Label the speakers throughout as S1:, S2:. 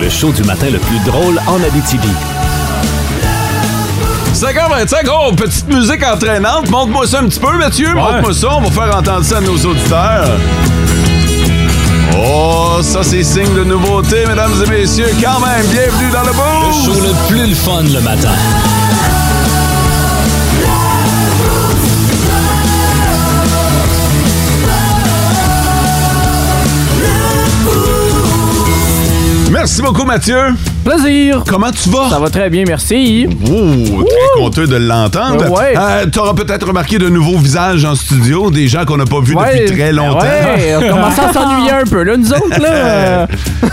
S1: le show du matin le plus drôle en Abitibi.
S2: 5h25, oh, petite musique entraînante. Montre-moi ça un petit peu, Mathieu. Montre-moi ça, on va faire entendre ça à nos auditeurs. Oh, ça, c'est signe de nouveauté, mesdames et messieurs. Quand même, bienvenue dans le
S1: Show
S2: beau.
S1: le plus le fun le matin.
S2: Merci beaucoup, Mathieu.
S3: Plaisir!
S2: Comment tu vas?
S3: Ça va très bien, merci.
S2: Ouh, très content de l'entendre.
S3: Euh, ouais.
S2: Euh, T'auras peut-être remarqué de nouveaux visages en studio, des gens qu'on n'a pas vus depuis très longtemps.
S3: Ben Ouais, on commence à s'ennuyer un peu, là, nous autres, là. euh,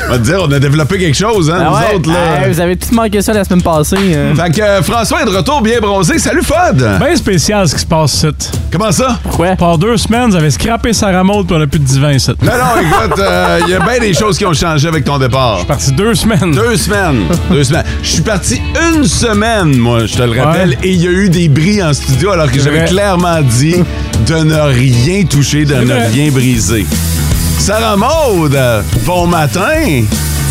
S2: On va te dire, on a développé quelque chose, hein,
S3: ah
S2: nous
S3: ouais,
S2: autres, là.
S3: hey, vous avez tout manqué ça la semaine passée. euh.
S2: Fait que euh, François est de retour bien bronzé. Salut, Fod!
S4: Bien spécial ce qui se passe ici.
S2: Comment ça?
S3: Pourquoi?
S4: Par deux semaines, vous avez scrappé Sarah Maud puis on a plus de divin ici.
S2: Non, non, écoute, euh, il y a bien des choses qui ont changé avec ton départ.
S4: Parti deux semaines.
S2: Deux semaines. Deux semaines. Je suis parti une semaine, moi, je te le rappelle, et il y a eu des bris en studio alors que j'avais
S4: vrai.
S2: clairement dit de ne rien toucher, de ne
S4: vrai.
S2: rien briser. Sarah Maude, bon matin.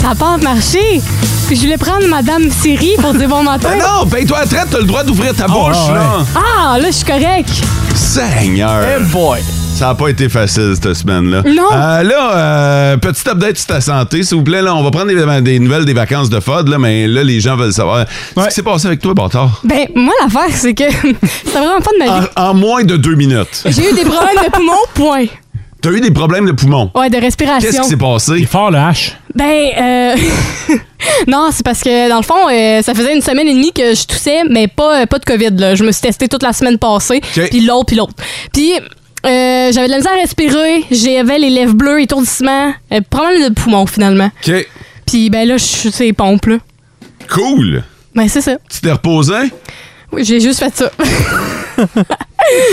S5: Ça n'a pas marché. Puis je voulais prendre Madame Siri pour dire bon matin.
S2: Ben non, paye-toi la traite, t'as le droit d'ouvrir ta bouche,
S4: ouais,
S2: là.
S5: Ah, là, je suis correct.
S2: Seigneur.
S3: Hey boy!
S2: Ça n'a pas été facile cette semaine-là.
S5: Non.
S2: Euh, là, euh, petit update sur ta santé, s'il vous plaît. Là, on va prendre des, des nouvelles des vacances de FOD, là, mais là, les gens veulent savoir. Qu'est-ce
S4: Ouais.
S2: qui s'est passé avec toi, bâtard?
S5: Ben, moi, l'affaire, c'est que c'était vraiment pas de ma
S2: En,
S5: vie.
S2: en moins de deux minutes.
S5: J'ai eu des problèmes Oh, de poumons, point.
S2: T'as eu des problèmes de poumon.
S5: Ouais, de
S2: Qu'est-ce
S5: respiration.
S2: qui s'est passé?
S4: Fort le H.
S5: ben, euh... non, c'est parce que, dans le fond, euh, ça faisait une semaine et demie que je toussais, mais pas, euh, pas de COVID, là. Je me suis testée toute la semaine passée,
S2: OK.
S5: puis l'autre, puis l'autre. Puis... euh, j'avais de la misère à respirer, j'avais les lèvres bleues, étourdissement, euh, problème de poumon finalement.
S2: OK.
S5: Puis ben là, je suis sur les pompes là.
S2: Cool.
S5: Ben c'est ça.
S2: Tu t'es reposé?
S5: Oui, j'ai juste fait ça.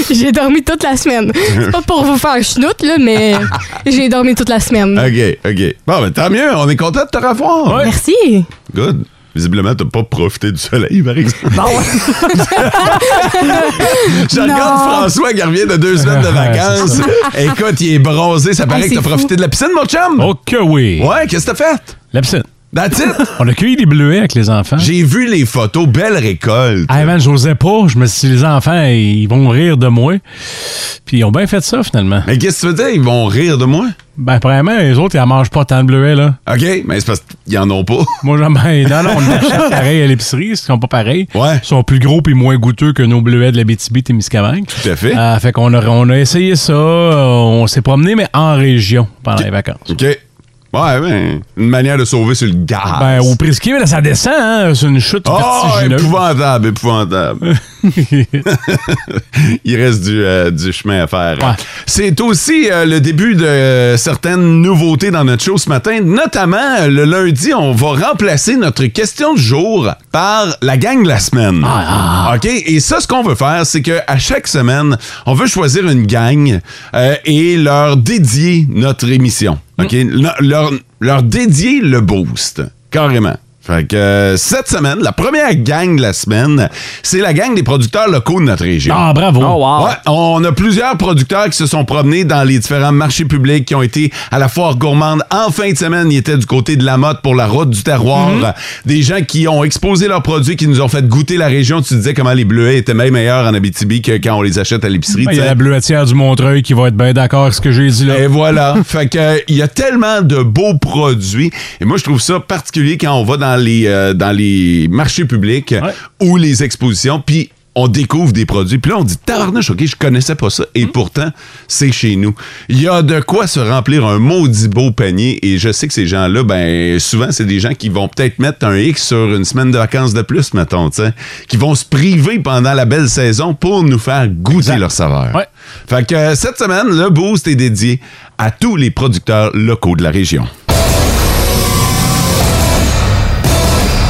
S5: j'ai dormi toute la semaine. C'est pas pour vous faire chenoute, là, mais j'ai dormi toute la semaine.
S2: OK, OK. Bon, ben, tant mieux. On est content de te revoir.
S5: Merci.
S2: Good. Visiblement, t'as pas profité du soleil, par exemple.
S3: Non!
S2: Je regarde
S5: Non.
S2: François qui revient de deux semaines de
S4: Ouais,
S2: vacances. Écoute, il est bronzé. Ça paraît
S5: Ah,
S2: que t'as
S5: c'est fou.
S2: profité de la piscine, mon chum.
S4: Oh que oui.
S2: Ouais, qu'est-ce que t'as fait?
S4: La piscine.
S2: That's it.
S4: On a cueilli des bleuets avec les enfants.
S2: J'ai vu les photos, belle récolte.
S4: Hey man, j'osais pas. Je me suis dit, les enfants, ils vont rire de moi. Puis ils ont bien fait ça finalement.
S2: Mais qu'est-ce que tu veux dire? Ils vont rire de moi?
S4: Ben, premièrement, les autres, ils en mangent pas tant de bleuets, là.
S2: OK, mais c'est parce qu'ils en ont pas.
S4: Moi, j'en ben, non, non, on les achète pareil à l'épicerie, ils sont pas pareils.
S2: Ouais.
S4: Ils sont plus gros et moins goûteux que nos bleuets de la BTB Témiscamingue.
S2: Tout à fait.
S4: Euh, fait qu'on a, on a essayé ça, euh, on s'est promené, mais en région pendant les vacances.
S2: OK. Ouais, ben, une manière de sauver sur le gaz.
S4: Ben, au Prisquier, mais là, ça descend, hein? C'est une chute
S2: Oh,
S4: vertigineuse.
S2: épouvantable, épouvantable. Il reste du, euh, du chemin à faire.
S4: Ouais.
S2: C'est aussi euh, le début de euh, certaines nouveautés dans notre show ce matin. Notamment, euh, le lundi, on va remplacer notre question du jour par la gang de la semaine. OK? Et ça, ce qu'on veut faire, c'est qu'à chaque semaine, on veut choisir une gang euh, et leur dédier notre émission. OK? Le- Leur, leur dédier le boost. Carrément. Fait que euh, cette semaine, la première gang de la semaine, c'est la gang des producteurs locaux de notre région.
S4: Ah, bravo.
S3: Oh, wow!
S2: Ouais, on a plusieurs producteurs qui se sont promenés dans les différents marchés publics, qui ont été à la foire gourmande. En fin de semaine, ils étaient du côté de la motte pour la route du terroir.
S4: Mhm.
S2: Des gens qui ont exposé leurs produits, qui nous ont fait goûter la région. Tu disais comment les bleuets étaient même meilleurs en Abitibi que quand on les achète à l'épicerie.
S4: Il y
S2: tu
S4: a
S2: sais.
S4: la bleuetière du Montreuil qui va être bien d'accord avec ce que j'ai dit là.
S2: Et voilà. fait que euh, il y a tellement de beaux produits. Et moi, je trouve ça particulier quand on va dans les euh, dans les marchés publics euh, ou les expositions, puis on découvre des produits. Puis là, on dit tabarnouche, ok, je connaissais pas ça. Et pourtant, c'est chez nous. Il y a de quoi se remplir un maudit beau panier. Et je sais que ces gens-là, ben souvent, c'est des gens qui vont peut-être mettre un X sur une semaine de vacances de plus, mettons, tu sais, qui vont se priver pendant la belle saison pour nous faire goûter leur saveur.
S4: Ouais.
S2: Fait que euh, cette semaine, le Boost est dédié à tous les producteurs locaux de la région.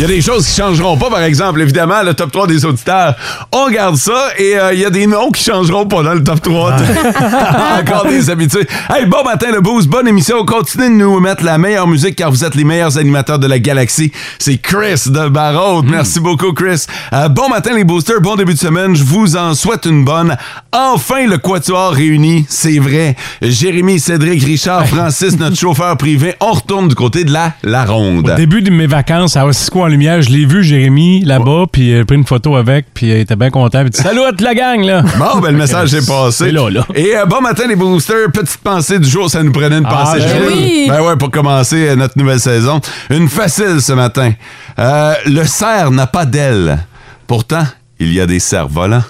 S2: Il y a des choses qui changeront pas, par exemple, évidemment, le top 3 des auditeurs. On garde ça et euh, il y a des noms qui changeront pas dans le top 3.
S6: Ah.
S2: Encore des habitués. Hey, bon matin, le boost. Bonne émission. Continuez de nous mettre la meilleure musique car vous êtes les meilleurs animateurs de la galaxie. C'est Chris de Barraud.
S4: Hmm.
S2: Merci beaucoup, Chris. Euh, bon matin, les boosters. Bon début de semaine. Je vous en souhaite une bonne. Enfin, le Quatuor réuni. C'est vrai. Jérémy, Cédric, Richard, Francis, notre chauffeur privé. On retourne du côté de la, la ronde.
S4: Au début de mes vacances à Ossisco en lumière, je l'ai vu, Jérémy, là-bas, puis euh, pris une photo avec, puis euh, il était bien content. Puis il dit, Salut à toute la gang, là!
S2: Bon, ben le message est passé.
S4: C'est là, là.
S2: Et euh, bon matin, les boosters. Petite pensée du jour, ça nous prenait une
S4: Ah,
S2: pensée.
S4: ben
S2: Gilles.
S5: oui.
S2: Ben ouais, pour commencer euh, notre nouvelle saison. Une facile ce matin. Euh, le cerf n'a pas d'aile. Pourtant, il y a des cerfs volants.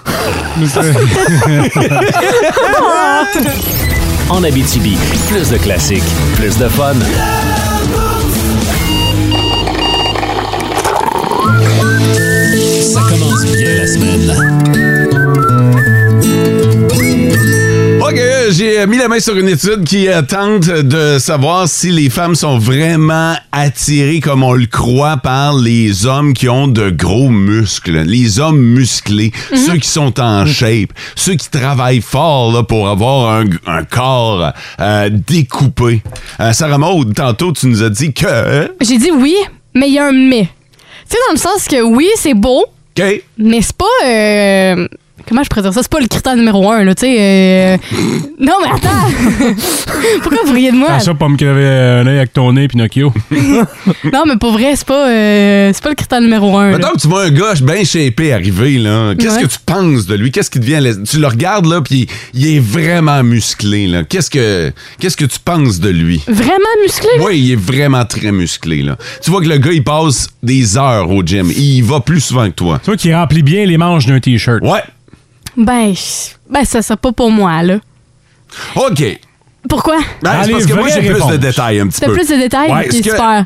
S1: En Abitibi, plus de classiques, plus de fun. Ça commence bien la semaine.
S2: OK, euh, j'ai euh, mis la main sur une étude qui euh, tente de savoir si les femmes sont vraiment attirées comme on le croit par les hommes qui ont de gros muscles, les hommes musclés, ceux qui sont en shape, ceux qui travaillent fort là, pour avoir un, un corps euh, découpé. Euh, Sarah Maud, tantôt, tu nous as dit que...
S5: J'ai dit oui, mais il y a un mais. Tu sais, dans le sens que oui, c'est beau,
S2: OK,
S5: mais c'est pas. euh, Comment je pourrais dire ça? C'est pas le critère numéro un, là, tu sais. euh, Non, mais attends! Pourquoi vous riez de moi?
S4: T'as ça, pomme qui avait euh, un œil avec ton nez, Pinocchio.
S5: Non, mais pour vrai, c'est pas, euh, c'est pas le critère numéro un. là.
S2: Mettons que tu vois un gars bien shapé arriver, là. Qu'est-ce
S5: Ouais.
S2: que tu penses de lui? Qu'est-ce qui devient. Tu le regardes, là, puis il est vraiment musclé, là. Qu'est-ce que, qu'est-ce que tu penses de lui?
S5: Vraiment musclé?
S2: Oui, il est vraiment très musclé, là. Tu vois que le gars, il passe des heures au gym. Il va plus souvent que toi.
S4: Toi qui remplis bien les manches d'un T-shirt.
S2: Ouais.
S5: Ben, je- ben, ça sera pas pour moi, là.
S2: OK.
S5: Pourquoi?
S2: Ben,
S4: Dans
S2: c'est
S4: les
S2: parce que moi,
S4: vraies
S2: j'ai plus
S4: réponses.
S2: de détails un petit
S5: T'as
S2: peu.
S5: plus de détails?
S2: Ouais,
S5: Ok,
S2: ce que-
S5: super.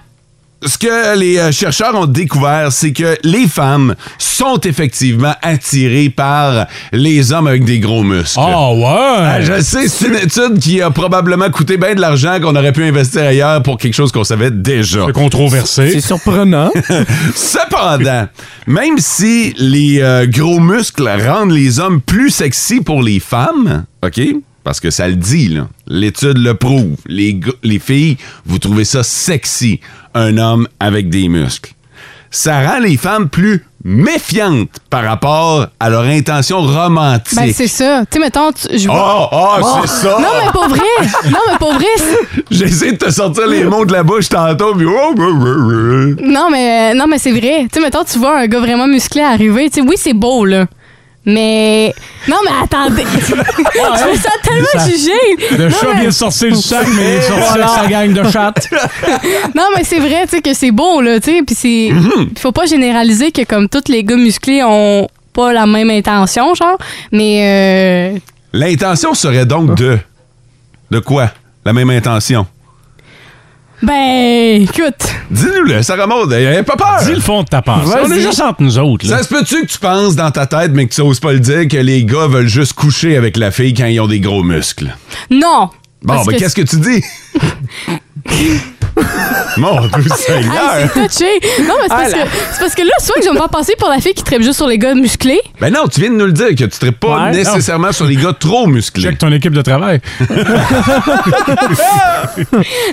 S2: Ce que les euh, chercheurs ont découvert, c'est que les femmes sont effectivement attirées par les hommes avec des gros muscles.
S4: Ah
S2: Ah,
S4: ouais!
S2: je sais, c'est une étude qui a probablement coûté bien de l'argent qu'on aurait pu investir ailleurs pour quelque chose qu'on savait déjà.
S4: C'est controversé.
S3: C'est surprenant.
S2: Cependant, même si les euh, gros muscles rendent les hommes plus sexy pour les femmes, OK? Parce que ça le dit, là. L'étude le prouve. Les, gr- les filles, vous trouvez ça sexy, un homme avec des muscles. Ça rend les femmes plus méfiantes par rapport à leur intention romantique.
S5: Ben, c'est ça. Tu sais, mettons, tu- je vois. Ah!
S2: oh, oh, c'est ça!
S5: Non, mais pour vrai! Non, mais pour vrai! c'est-
S2: J'essaie de te sortir les mots de la bouche tantôt, puis... oh, brr, brr, brr.
S5: Non, mais, non, mais c'est vrai. Tu sais, mettons, tu vois un gars vraiment musclé arriver. Tu sais, oui, c'est beau, là. Mais. Non, mais attendez! je me sens tellement
S4: Ça-
S5: jugée!
S4: Le
S5: Non,
S4: chat
S5: mais-
S4: vient de sortir du sac, mais il est sorti avec sa gang de chatte.
S5: Non, mais c'est vrai, tu sais, que c'est beau, là, tu sais, puis c'est...
S2: Mhm.
S5: Faut pas généraliser que, comme, tous les gars musclés ont pas la même intention, genre, mais... euh,
S2: L'intention serait donc de... De quoi? La même intention.
S5: ben, écoute,
S2: Dis-nous-le, Sarah Maud, elle a ben, pas peur.
S4: Dis le fond de ta pensée.
S3: Vas-y.
S4: On est juste entre nous autres, là.
S2: Ça se peut-tu que tu penses dans ta tête, mais que tu oses pas le dire, que les gars veulent juste coucher avec la fille quand ils ont des gros muscles?
S5: non!
S2: Bon,
S5: Parce
S2: ben qu'est-ce que tu dis? Mon Dieu
S5: Hey,
S2: Seigneur!
S5: c'est touché! Non,
S2: Ah
S5: mais c'est parce, que, c'est parce que là, soit que je vais me faire passer pour la fille qui traite juste sur les gars musclés.
S2: Ben non, tu viens de nous le dire que tu serais pas
S4: Ouais,
S2: nécessairement sur les gars trop musclés.
S4: Check ton équipe de travail.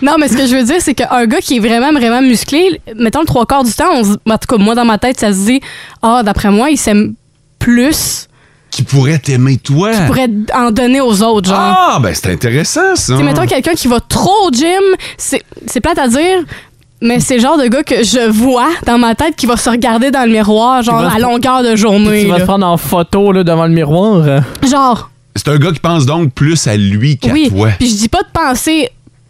S5: Non, mais ce que je veux dire, c'est qu'un gars qui est vraiment, vraiment musclé, mettons le trois quarts du temps, on se- en tout cas, moi, dans ma tête, ça se dit, ah, d'après moi, il s'aime plus
S2: Qui pourrait t'aimer toi?
S3: Hein?
S5: pour être, en donner aux autres, genre.
S2: Ah, ben c'est intéressant ça!
S5: Tu sais, mettons quelqu'un qui va trop au gym, c'est c'est plate à dire, mais c'est le genre de gars que je vois dans ma tête qui va se regarder dans le miroir, genre
S3: va se-
S5: à longueur de
S3: tu
S5: journée.
S3: vas te
S5: là.
S3: prendre en photo là, devant le miroir. hein.
S5: Genre,
S2: C'est un gars qui pense donc plus à lui qu'à
S5: oui.
S2: toi.
S5: Puis je dis pas de penser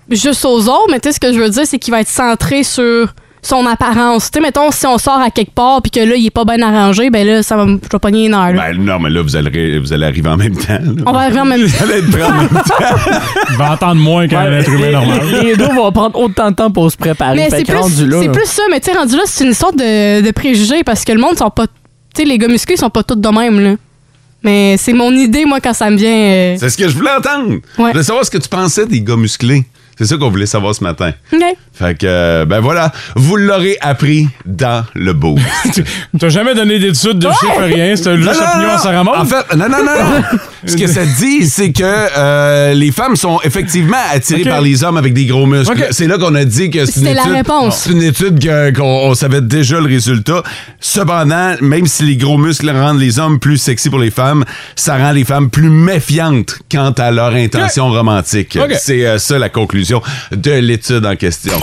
S5: juste aux autres, mais tu sais, ce que je veux dire, c'est qu'il va être centré sur son apparence. Tu sais, mettons, si on sort à quelque part puis que là, il est pas bien arrangé, ben là, ça va, me- je vais pogner une heure. là.
S2: Ben non, mais là, vous allez, vous allez arriver en même temps. là.
S5: on va arriver en même
S2: Vous allez être prêts en même temps.
S4: Il va entendre moins qu'un
S3: Ouais.
S4: être humain normal.
S3: Les deux vont prendre autant de temps pour se préparer.
S5: Mais
S3: Fait
S5: c'est
S3: que
S5: plus,
S3: rendu là,
S5: c'est
S3: là.
S5: plus ça, mais tu sais, rendu là, c'est une histoire de, de préjugés parce que le monde sont pas. Tu sais, les gars musclés sont pas tous de même, là. Mais c'est mon idée, moi, quand ça me vient. euh,
S2: C'est ce que je voulais entendre.
S5: Ouais.
S2: Je voulais savoir ce que tu pensais des gars musclés. C'est ça qu'on voulait savoir ce matin.
S5: OK.
S2: Fait que, euh, ben voilà, vous l'aurez appris dans le beau.
S4: T'as jamais donné d'études de chiffres, rien. C'est juste opinion à Sarah Maud?
S2: En fait, non, non, non, non. Ce que ça dit, c'est que euh, les femmes sont effectivement attirées
S4: Ok.
S2: par les hommes avec des gros muscles.
S4: Ok.
S2: C'est là qu'on a dit que c'est une
S5: C'était la
S2: étude-
S5: réponse.
S2: C'est une étude que- qu'on on savait déjà le résultat. Cependant, même si les gros muscles rendent les hommes plus sexy pour les femmes, ça rend les femmes plus méfiantes quant à leur intention romantique.
S4: Ok.
S2: C'est euh, ça la conclusion de l'étude en question.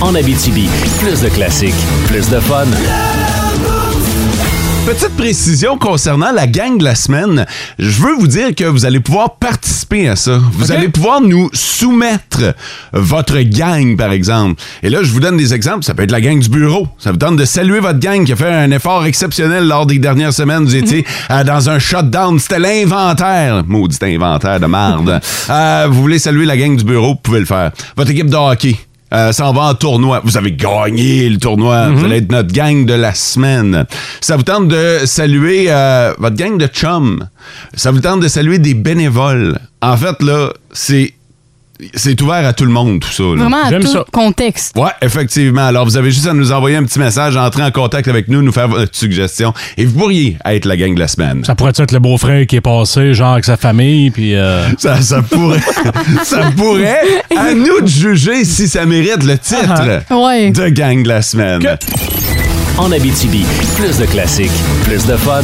S1: En Abitibi, plus de classiques, plus de fun.
S2: Petite précision concernant la gang de la semaine. Je veux vous dire que vous allez pouvoir participer à ça. Vous allez pouvoir nous soumettre votre gang, par exemple. Et là, je vous donne des exemples. Ça peut être la gang du bureau. Ça vous donne de saluer votre gang qui a fait un effort exceptionnel lors des dernières semaines. Vous étiez euh, dans un shutdown. C'était l'inventaire. Maudit inventaire de marde. Euh, vous voulez saluer la gang du bureau, vous pouvez le faire. Votre équipe de hockey. Euh, ça en va en tournoi. Vous avez gagné le
S4: Mhm.
S2: tournoi. Vous allez être notre gang de la semaine. Ça vous tente de saluer euh, votre gang de chums. Ça vous tente de saluer des bénévoles. En fait, là, c'est, c'est ouvert à tout le monde, tout ça. là.
S5: Vraiment à
S4: J'aime
S5: tout
S4: ça.
S5: contexte.
S2: Ouais, effectivement. Alors, vous avez juste à nous envoyer un petit message, entrer en contact avec nous, nous faire votre suggestion. Et vous pourriez être la gang de la semaine.
S4: Ça pourrait être le beau-frère qui est passé, genre avec sa famille, puis... euh,
S2: Ça, ça pourrait. ça pourrait. À nous de juger si ça mérite le
S4: Ah,
S2: titre
S5: Ouais.
S2: de gang de la semaine.
S1: En Abitibi, plus de classiques, plus de fun.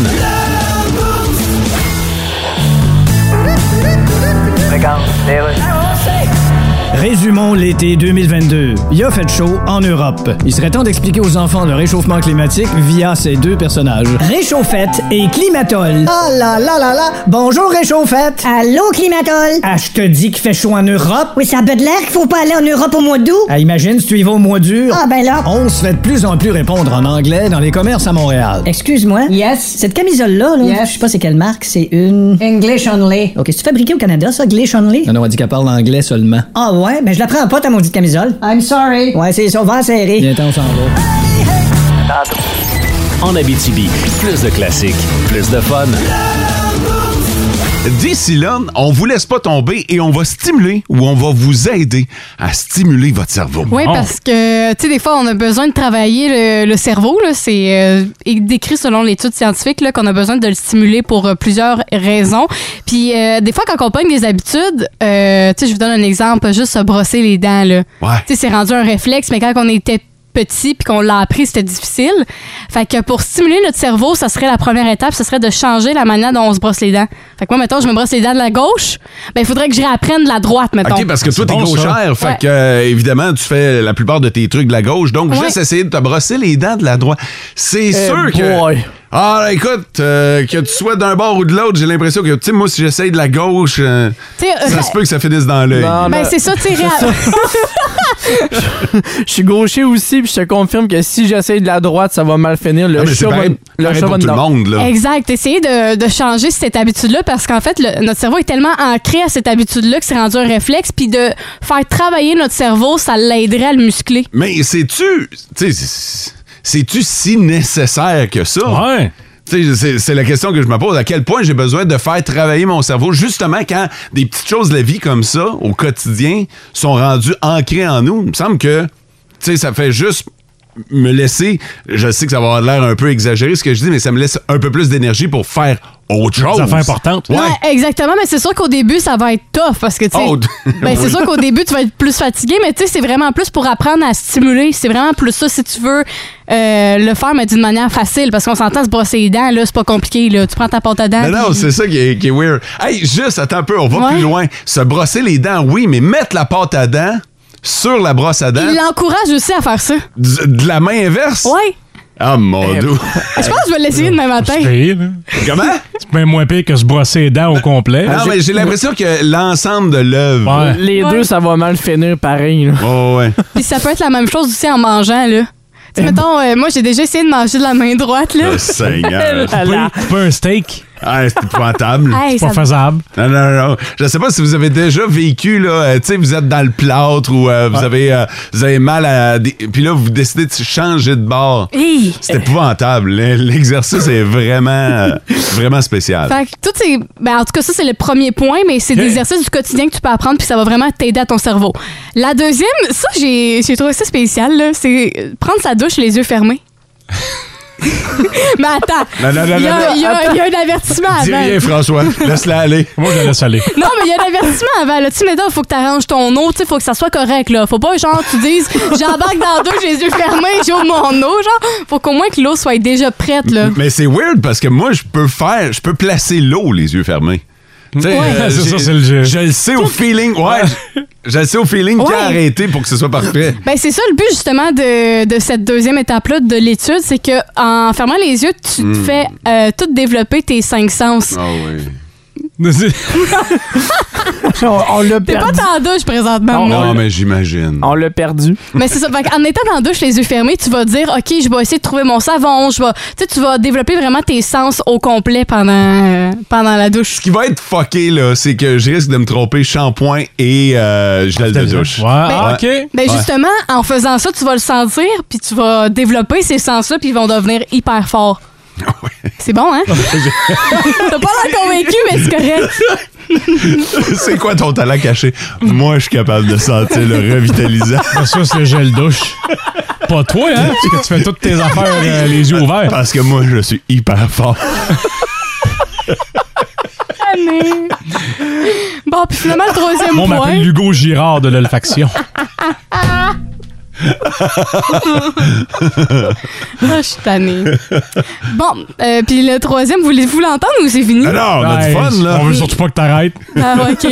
S7: Résumons l'été 2022. Il a fait chaud en Europe. Il serait temps d'expliquer aux enfants le réchauffement climatique via ces deux personnages.
S8: Réchauffette et climatol.
S7: Ah là là là là! Bonjour Réchauffette!
S8: Allô, climatol?
S7: Ah, je te dis qu'il fait chaud en Europe!
S8: Oui, ça a peu de l'air qu'il faut pas aller en Europe au mois d'août.
S7: Ah, imagine si tu y vas au mois dur!
S8: Ah, ben là.
S7: On se fait de plus en plus répondre en anglais dans les commerces à Montréal.
S8: Excuse-moi. Yes. Cette camisole-là, là, je sais pas c'est quelle marque, c'est une. English only. OK, c'est fabriqué au Canada, ça, English only?
S7: Non, non, on dit qu'elle parle anglais seulement.
S8: Ah ouais, ben je la prends pas, ta maudite camisole. I'm sorry. Ouais, c'est ça, on va la serrer.
S7: Viens, on s'en va.
S1: En Abitibi, plus de classiques, plus de fun.
S2: D'ici là, on vous laisse pas tomber et on va stimuler ou on va vous aider à stimuler votre cerveau.
S5: Oui,
S4: Bon.
S5: parce que, tu sais, des fois, on a besoin de travailler le, le cerveau. là. C'est euh, décrit selon l'étude scientifique là, qu'on a besoin de le stimuler pour euh, plusieurs raisons. Puis, euh, des fois, quand on pogne des habitudes, euh, tu sais, je vous donne un exemple, juste se brosser les dents. Là.
S2: Ouais.
S5: Tu sais, c'est rendu un réflexe, mais quand on était petit puis qu'on l'a appris, c'était difficile. Fait que pour stimuler notre cerveau, ça serait la première étape, ce serait de changer la manière dont on se brosse les dents. Fait que moi, mettons, je me brosse les dents de la gauche, ben il faudrait que je réapprenne de la droite, mettons.
S2: OK, parce que toi, t'es
S4: bon,
S2: gauchère, fait
S5: Ouais.
S2: que, euh, évidemment, tu fais la plupart de tes trucs de la gauche, donc
S5: Ouais.
S2: juste essayer de te brosser les dents de la droite. C'est sûr que...
S3: boy.
S2: Ah, écoute, euh, que tu sois d'un bord ou de l'autre, j'ai l'impression que, tu sais, moi, si j'essaye de la gauche, euh,
S5: Tu sais,
S2: ça
S5: euh,
S2: se peut que ça finisse dans l'œil.
S3: Non,
S5: ben c'est ça, tu sais, réa-
S3: Je suis gaucher aussi, puis je te confirme que si j'essaye de la droite, ça va mal finir. Le
S2: Ah, mais c'est
S3: chat va,
S2: pareil,
S3: le
S2: pareil
S3: chat va
S2: pour tout le
S3: dedans.
S2: monde, là.
S5: Exact. Essayer de, de changer cette habitude-là parce qu'en fait, le- notre cerveau est tellement ancré à cette habitude-là que c'est rendu un réflexe. Puis de faire travailler notre cerveau, ça l'aiderait à le muscler.
S2: Mais sais-tu... Tu sais, c'est- c'est-tu si nécessaire que ça?
S4: ouais.
S2: Tu sais, C'est c'est la question que je me pose. À quel point j'ai besoin de faire travailler mon cerveau, justement quand des petites choses de la vie comme ça, au quotidien, sont rendues ancrées en nous. Il me semble que tu sais, ça fait juste me laisser, je sais que ça va avoir l'air un peu exagéré ce que je dis, mais ça me laisse un peu plus d'énergie pour faire autre chose.
S4: affaires importantes.
S2: Ouais.
S5: Ouais, exactement. Mais c'est sûr qu'au début, ça va être tough parce que, tu sais,
S2: Oh,
S5: ben, c'est
S2: oui.
S5: sûr qu'au début, tu vas être plus fatigué, mais tu sais, c'est vraiment plus pour apprendre à stimuler. C'est vraiment plus ça si tu veux euh, le faire, mais d'une manière facile parce qu'on s'entend se brosser les dents, là, c'est pas compliqué. Là. Tu prends ta pâte à dents.
S2: Non, non,
S5: puis-
S2: c'est ça qui est, qui est weird. Hey, juste, attends un peu, on va
S5: Ouais.
S2: plus loin. Se brosser les dents, oui, mais mettre la pâte à dents sur la brosse à dents
S5: Il l'encourage aussi à faire ça.
S2: d- de la main inverse.
S5: Ouais.
S2: Ah, mon dieu.
S5: Eh, Je pense que je vais l'essayer demain matin.
S4: C'est pire, là.
S2: Comment?
S4: C'est bien moins pire que se brosser les dents au complet.
S2: Non, mais j'ai l'impression que l'ensemble de l'œuvre.
S4: Ouais.
S3: Les
S5: Ouais.
S3: deux, ça va mal finir pareil. là.
S2: Oh, ouais.
S5: Puis ça peut être la même chose aussi en mangeant, là. Tu sais, mettons, euh, moi, j'ai déjà essayé de manger de la main droite, là.
S2: Le Ah, Seigneur.
S3: Voilà.
S4: Couper- couper un steak.
S2: Ah, c'est épouvantable.
S5: Hey, C'est pas ça-
S4: faisable.
S2: Non, non, non. Je sais pas si vous avez déjà vécu, là, euh, tu sais, vous êtes dans le plâtre ou
S4: Ah.
S2: euh, vous, avez, euh, vous avez mal à... des- Puis là, vous décidez de changer de bord.
S5: Hey!
S2: C'est épouvantable. L'e- L'exercice est vraiment, euh, vraiment spécial.
S5: Fait que tout c'est ben, en tout cas ça c'est le premier point mais c'est des exercices du quotidien que tu peux apprendre puis ça va vraiment t'aider à ton cerveau. La deuxième, ça j'ai j'ai trouvé ça spécial là, c'est euh, prendre sa douche les yeux fermés. mais attends,
S2: Non, non, non,
S5: il y,
S2: non,
S5: a-
S2: non.
S5: il y a- il y a un avertissement
S2: Dis
S5: avant.
S2: rien, François. Laisse-la aller.
S4: Moi, je la laisse aller.
S5: Non, mais il y a un avertissement avant. Là. Tu sais, maintenant, faut que tu arranges ton eau, tu sais, faut que ça soit correct. Là. Faut pas, genre, tu dises, j'embarque dans deux, j'ai les yeux fermés, j'ouvre mon eau. Genre, faut qu'au moins que l'eau soit déjà prête. Là.
S2: Mais c'est weird parce que moi, je peux faire, je peux placer l'eau les yeux fermés. Tu sais, euh,
S4: c'est
S2: j'ai-
S4: ça, c'est le jeu.
S2: Je le sais au feeling. Ouais, je- je le sais au feeling qu'il
S5: Ouais.
S2: a arrêté pour que ce soit parfait.
S5: Ben, c'est ça le but, justement, de, de cette deuxième étape-là de l'étude. C'est que en fermant les yeux, tu te fais euh, tout développer tes cinq sens.
S2: Ah oui.
S3: On, on l'a
S5: T'es pas
S3: perdu.
S5: dans la douche présentement,
S3: Non,
S5: moi.
S2: Non, mais j'imagine.
S3: On l'a perdu.
S5: Mais c'est ça. Fait en étant dans la douche, les yeux fermés, tu vas dire, OK, je vais essayer de trouver mon savon. Je vais, tu sais, tu vas développer vraiment tes sens au complet pendant, euh, pendant la douche.
S2: Ce qui va être fucké, là, c'est que je risque de me tromper shampoing et euh, gel de douche.
S4: Ouais, ah, OK.
S5: Ben justement, en faisant ça, tu vas le sentir, puis tu vas développer ces sens-là, puis ils vont devenir hyper forts. C'est bon, hein? T'as pas l'air convaincu, mais c'est correct.
S2: c'est quoi ton talent caché? Moi, je suis capable de sentir le revitalisant.
S4: Parce que Ça, c'est le gel douche. Pas toi, hein? Parce que tu fais toutes tes affaires euh, les yeux ouverts.
S2: Parce que moi, je suis hyper fort.
S5: Allez. Bon, puis finalement, le troisième
S4: Moi, on
S5: point.
S4: m'appelle Hugo Girard de l'olfaction.
S5: Ah, je suis tannée. Bon, euh, puis le troisième, voulez-vous l'entendre ou c'est fini?
S2: Alors, Ah on a du
S4: Ouais,
S2: fun, là.
S4: On veut surtout pas que t'arrêtes.
S5: Ah, OK.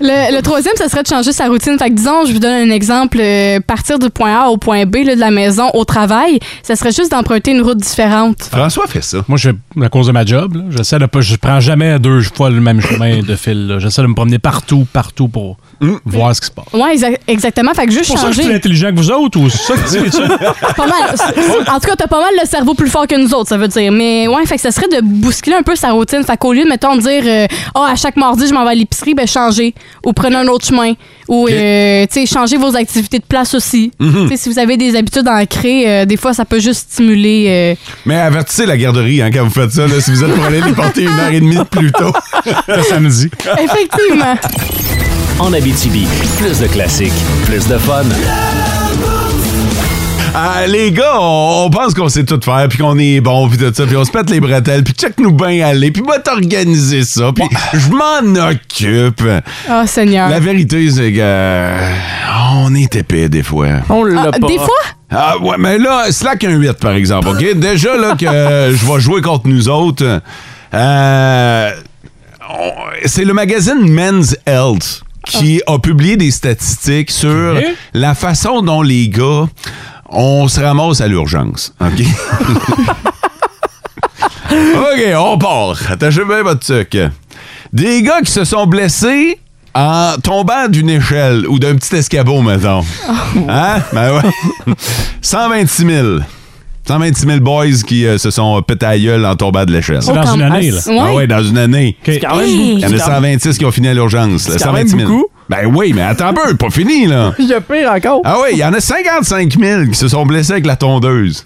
S5: Le, le troisième, ça serait de changer sa routine. Fait que disons, je vous donne un exemple. euh, partir du point A au point B, là, de la maison au travail, ça serait juste d'emprunter une route différente.
S2: François fait ça.
S4: Moi, je, à cause de ma job, là, j'essaie de pas, je prends jamais deux fois le même chemin de fil. là. J'essaie de me promener partout, partout pour
S2: Mm.
S4: voir ce qui se passe.
S5: Ouais, exa- exactement. Fait que juste
S4: C'est pour ça que je suis plus
S5: changer.
S4: intelligent que vous autres ou c'est ça que tu dis ça?
S5: Pas mal. En tout cas, t'as pas mal le cerveau plus fort que nous autres, ça veut dire. Mais ouais, fait que ça serait de bousculer un peu sa routine. Fait qu'au lieu de, mettons, de dire, euh, ah, à chaque mardi, je m'en vais à l'épicerie, ben, changer. Ou prenez un autre chemin. Ou, euh, tu sais, changer vos activités de place aussi. Tu sais, si vous avez des habitudes ancrées, euh, des fois, ça peut juste stimuler. euh,
S2: Mais avertissez la garderie hein, quand vous faites ça, là, si vous êtes pour aller les porter une heure et demie de plus tôt.
S4: Le samedi.
S5: Effectivement.
S1: En Abitibi, plus de classiques, plus de fun.
S2: Ah, les gars, on, on pense qu'on sait tout faire, puis qu'on est bon, puis tout ça, puis on se pète les bretelles, puis check-nous bien aller, puis va t'organiser ça, puis je m'en occupe.
S5: Oh, Seigneur.
S2: La vérité, c'est que euh, on est épais des fois.
S3: On l'a
S5: Ah,
S3: pas.
S5: des fois,
S2: Ah ouais, mais là, Slack un 8, par exemple, OK? Déjà, là, que euh, je vais jouer contre nous autres, euh, on- c'est le magazine Men's Health qui
S3: Ah.
S2: a publié des statistiques sur
S4: Ok.
S2: la façon dont les gars, on se ramasse à l'urgence, OK? OK, on part. Attachez bien votre truc. Des gars qui se sont blessés en tombant d'une échelle ou d'un petit escabeau, mettons.
S5: Oh.
S2: Hein? Ben ouais. 126 000. 126 000 boys qui euh, se sont pété à la gueule en tombant de l'échelle.
S4: C'est dans
S5: Autant-
S4: une année,
S5: Ah,
S4: là.
S5: c'est- Ouais.
S2: Ah ouais, dans une année.
S4: OK.
S3: C'est quand même beaucoup.
S2: Il y en a
S3: C'est quand même-
S2: 126 qui ont fini à l'urgence. là.
S3: C'est quand même
S2: 126 000.
S3: beaucoup.
S2: Ben oui, mais attends un peu, pas fini, là.
S3: Il y a pire
S4: Oh.
S3: encore.
S2: Ah oui, il y en a 55 000 qui se sont blessés avec la tondeuse.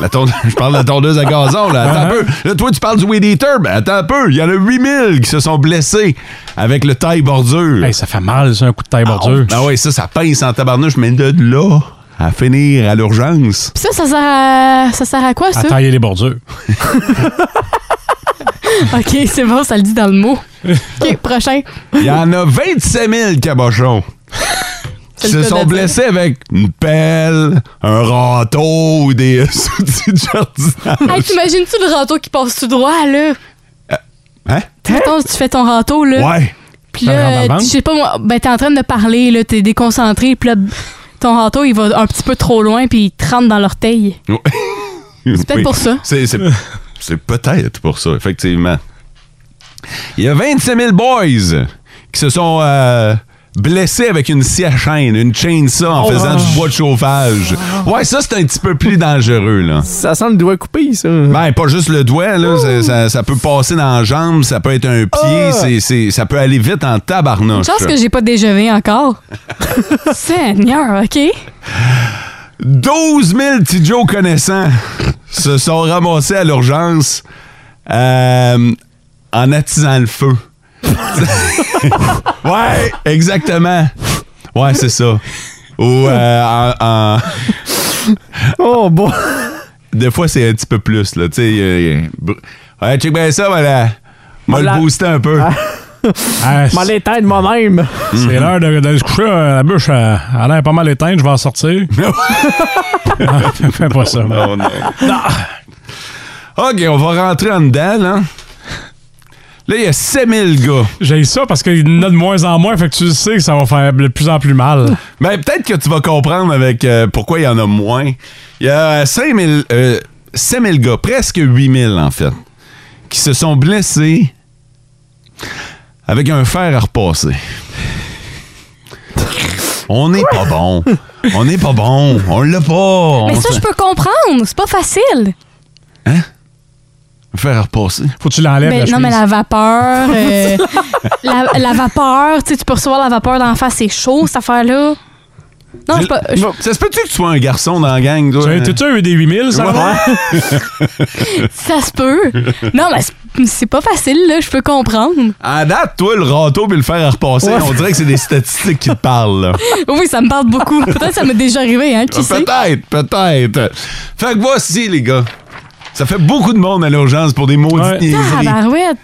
S2: La tondeuse je parle de la tondeuse à gazon, là. Attends un
S4: Uh-huh.
S2: peu. Là, toi, tu parles du Weed Eater. Ben, attends un peu. Il y en a 8 000 qui se sont blessés avec le taille-bordure.
S4: Hey, ça fait mal, ça, un coup de taille bordure.
S2: Ah oui, ça, ça pince en tabarnouche, mais de là à finir à l'urgence.
S5: Pis ça, ça sert à, ça sert à quoi, Ah, ça?
S4: À tailler les bordures.
S5: OK, c'est bon, ça le dit dans le mot. OK, prochain.
S2: Il y en a 27 000 cabochons
S5: C'est
S2: qui
S5: le cas
S2: se
S5: de
S2: sont
S5: dire.
S2: blessés avec une pelle, un râteau ou des outils de jardinage.
S5: Hey, t'imagines-tu le râteau qui passe tout droit, là?
S2: Hein?
S5: Mettons, tu fais ton râteau, là.
S2: Ouais.
S5: Puis
S4: Ça rentre dans
S5: là,
S4: la
S5: tu-
S4: banque?
S5: je sais pas, moi, ben, t'es en train de parler, là, t'es déconcentré, puis là, ton râteau, il va un petit peu trop loin, puis il te rentre dans l'orteil.
S2: C'est
S5: peut-être pour ça.
S2: C'est, c'est- c'est peut-être pour ça, effectivement. Il y a 27 000 boys qui se sont euh, blessé avec une scie à chaîne, une chainsaw
S5: Oh,
S2: en faisant du bois de chauffage. Ouais, ça, c'est un petit peu plus dangereux, là.
S3: Ça sent le doigt coupé, ça.
S2: Ben, pas juste le doigt, là. Ça, ça- ça peut passer dans la jambe, ça peut être un
S3: Ah!
S2: pied, c'est- c'est- ça peut aller vite en tabarnouche.
S5: Je pense que j'ai pas déjeuné encore. Seigneur, OK?
S2: 12 000 petits Joe connaissants se sont ramassés à l'urgence euh, en attisant le feu. ouais, exactement. Ouais, c'est ça. Ou euh, en- en-
S3: Oh, bon.
S2: des fois, c'est un petit peu plus, là. Tu sais, euh, br- ouais, check bien ça, voilà. M'a
S3: Voilà.
S2: le boosté un peu.
S4: Ah,
S3: M'en
S4: c'est
S3: l'éteindre moi-même.
S2: Mhm.
S4: c'est l'heure de- d'aller se coucher. euh, La bûche, elle elle a l'air pas mal éteinte. Je vais en sortir. Non, Fais pas ça. Ah! man.
S2: Oh, non. OK, on va rentrer en dedans, là. Là, il y a 7000 gars.
S4: J'ai ça parce qu'il y en a de moins en moins. Fait que tu sais que ça va faire de plus en plus mal.
S2: Ben, peut-être que tu vas comprendre avec euh, pourquoi il y en a moins. Il y a 5000, euh, 5000 gars, presque 8000 en fait, qui se sont blessés avec un fer à repasser. On n'est pas bon. On n'est pas bon. On l'a pas.
S5: Mais
S2: On
S5: ça,
S2: se-
S5: je peux comprendre. C'est pas facile.
S2: Un fer à repasser.
S4: Faut que tu l'enlèves.
S5: Ben,
S4: la
S5: non, mais
S4: chemise.
S5: la vapeur. euh, la, la vapeur, tu sais, tu peux recevoir la vapeur d'en face. C'est chaud, cette affaire-là. Non, je peux. je-
S2: Ça se peut-tu que tu sois un garçon dans la gang? toi?
S4: Tu- T'as-tu un des 8000, ça? va?
S5: Ça se peut. Non, mais c'est- c'est pas facile, là. Je peux comprendre.
S2: À date, toi, le râteau puis le fer à repasser, on dirait que c'est des statistiques qui te parlent. là. Ah,
S5: Oui, ça me parle beaucoup. Peut-être que ça m'est déjà arrivé, hein, qui sait?
S2: Peut-être, peut-être. Fait que voici, les gars. Ça fait beaucoup de monde à l'urgence pour des maudites
S4: Ouais.
S2: niaiseries.
S5: Tabarouette.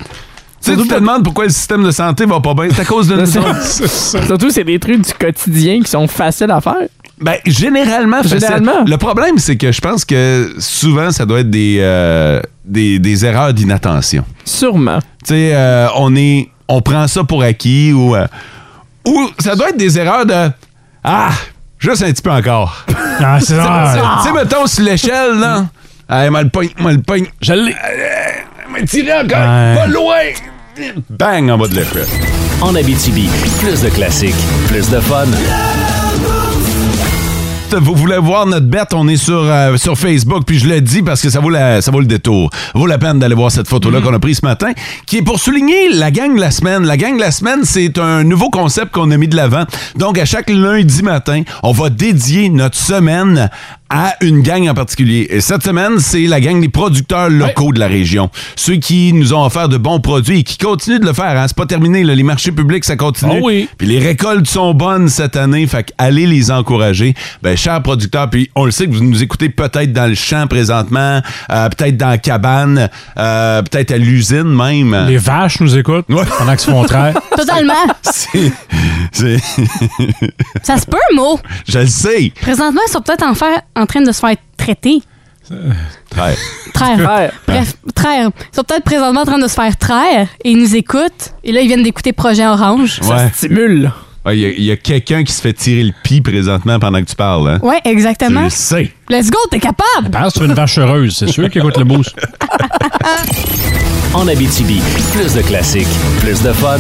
S2: Tu sais, tu te demandes pourquoi le système de santé va pas bien. C'est à cause de nous autres.
S3: Surtout, c'est des trucs du quotidien qui sont faciles à faire.
S2: Ben, généralement, fait ça.
S3: Généralement.
S2: Le problème, c'est que je pense que souvent, ça doit être des, euh, des, des erreurs d'inattention.
S3: Sûrement.
S2: Tu sais, euh, on est. On prend ça pour acquis ou. euh, ou ça doit être des erreurs de. Ah! Juste un petit peu encore.
S4: Ah, c'est ça.
S2: Tu sais, mettons, sur l'échelle, là. Allez, mal pogne, mal Euh, pogne.
S4: Je l'ai.
S2: Mais tirez encore,
S4: Ouais.
S2: pas loin! Bang en bas de l'effet.
S1: En Abitibi, plus de classiques, plus de fun.
S2: Vous voulez voir notre bête, on est sur, euh, sur Facebook, puis je le dis parce que ça vaut, la- ça vaut le détour. Vaut la peine d'aller voir cette
S4: Mhm.
S2: photo-là qu'on a prise ce matin, qui est pour souligner la gang de la semaine. La gang de la semaine, c'est un nouveau concept qu'on a mis de l'avant. Donc, à chaque lundi matin, on va dédier notre semaine à une gang en particulier. Et cette semaine, c'est la gang des producteurs locaux de la région. Ceux qui nous ont offert de bons produits et qui continuent de le faire. Hein. C'est pas terminé, là. les marchés publics, ça continue.
S4: Ah oui.
S2: Puis les récoltes sont bonnes cette année, fait que allez les encourager. Ben, chers producteurs, puis on le sait que vous nous écoutez peut-être dans le champ présentement, euh, peut-être dans la cabane, euh, peut-être à l'usine même.
S4: Les vaches nous écoutent
S2: Ouais.
S4: pendant qu'ils se font traire.
S5: Totalement.
S2: C'est- c'est-
S5: Ça se peut, mot.
S2: je le sais.
S5: Présentement, ils sont peut-être en, faire- en train de se faire traiter.
S2: Ouais.
S5: Traire.
S3: Ouais.
S5: Bref, traire. Ils sont peut-être présentement en train de se faire traire et ils nous écoutent. Et là, ils viennent d'écouter Projet Orange.
S2: Ouais.
S3: Stimule.
S2: Ouais, Il y a- il y a, quelqu'un qui se fait tirer le pis présentement pendant que tu parles. Hein?
S5: Ouais,
S2: Tu
S5: exactement.
S2: le sais.
S5: Let's go, t'es capable!
S4: Pense sur une vache heureuse, c'est sûr qu'ils écoutent le boost.
S1: En Abitibi, plus de classiques, plus de fun.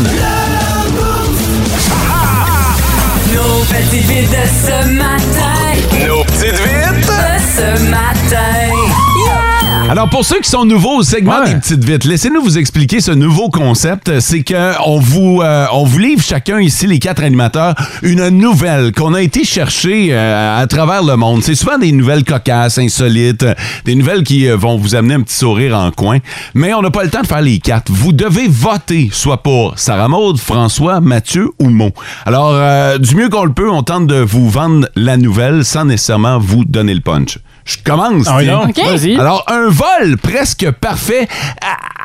S6: Nos petites vites de ce matin. Nos petites vites de ce matin. Yeah!
S2: Alors pour ceux qui sont nouveaux au segment
S4: Ouais.
S2: des petites vites, laissez-nous vous expliquer ce nouveau concept. C'est que on vous euh, on vous livre chacun ici les quatre animateurs une nouvelle qu'on a été chercher euh, à travers le monde. C'est souvent des nouvelles cocasses, insolites, euh, des nouvelles qui euh, vont vous amener un petit sourire en coin. Mais on n'a pas le temps de faire les quatre. Vous devez voter soit pour Sarah Maud, François, Mathieu ou Mo. Alors euh, du mieux qu'on le peut, on tente de vous vendre la nouvelle sans nécessairement vous donner le punch. Je commence.
S4: Ah oui,
S2: tiens.
S4: donc?
S5: OK?
S3: Vas-y.
S2: Alors, un vol presque parfait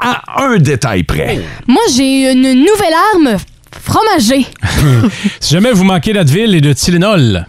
S2: à, à un détail près.
S5: Moi, j'ai une nouvelle arme fromagée.
S4: Si jamais vous manquez d'Advil et de Tylenol,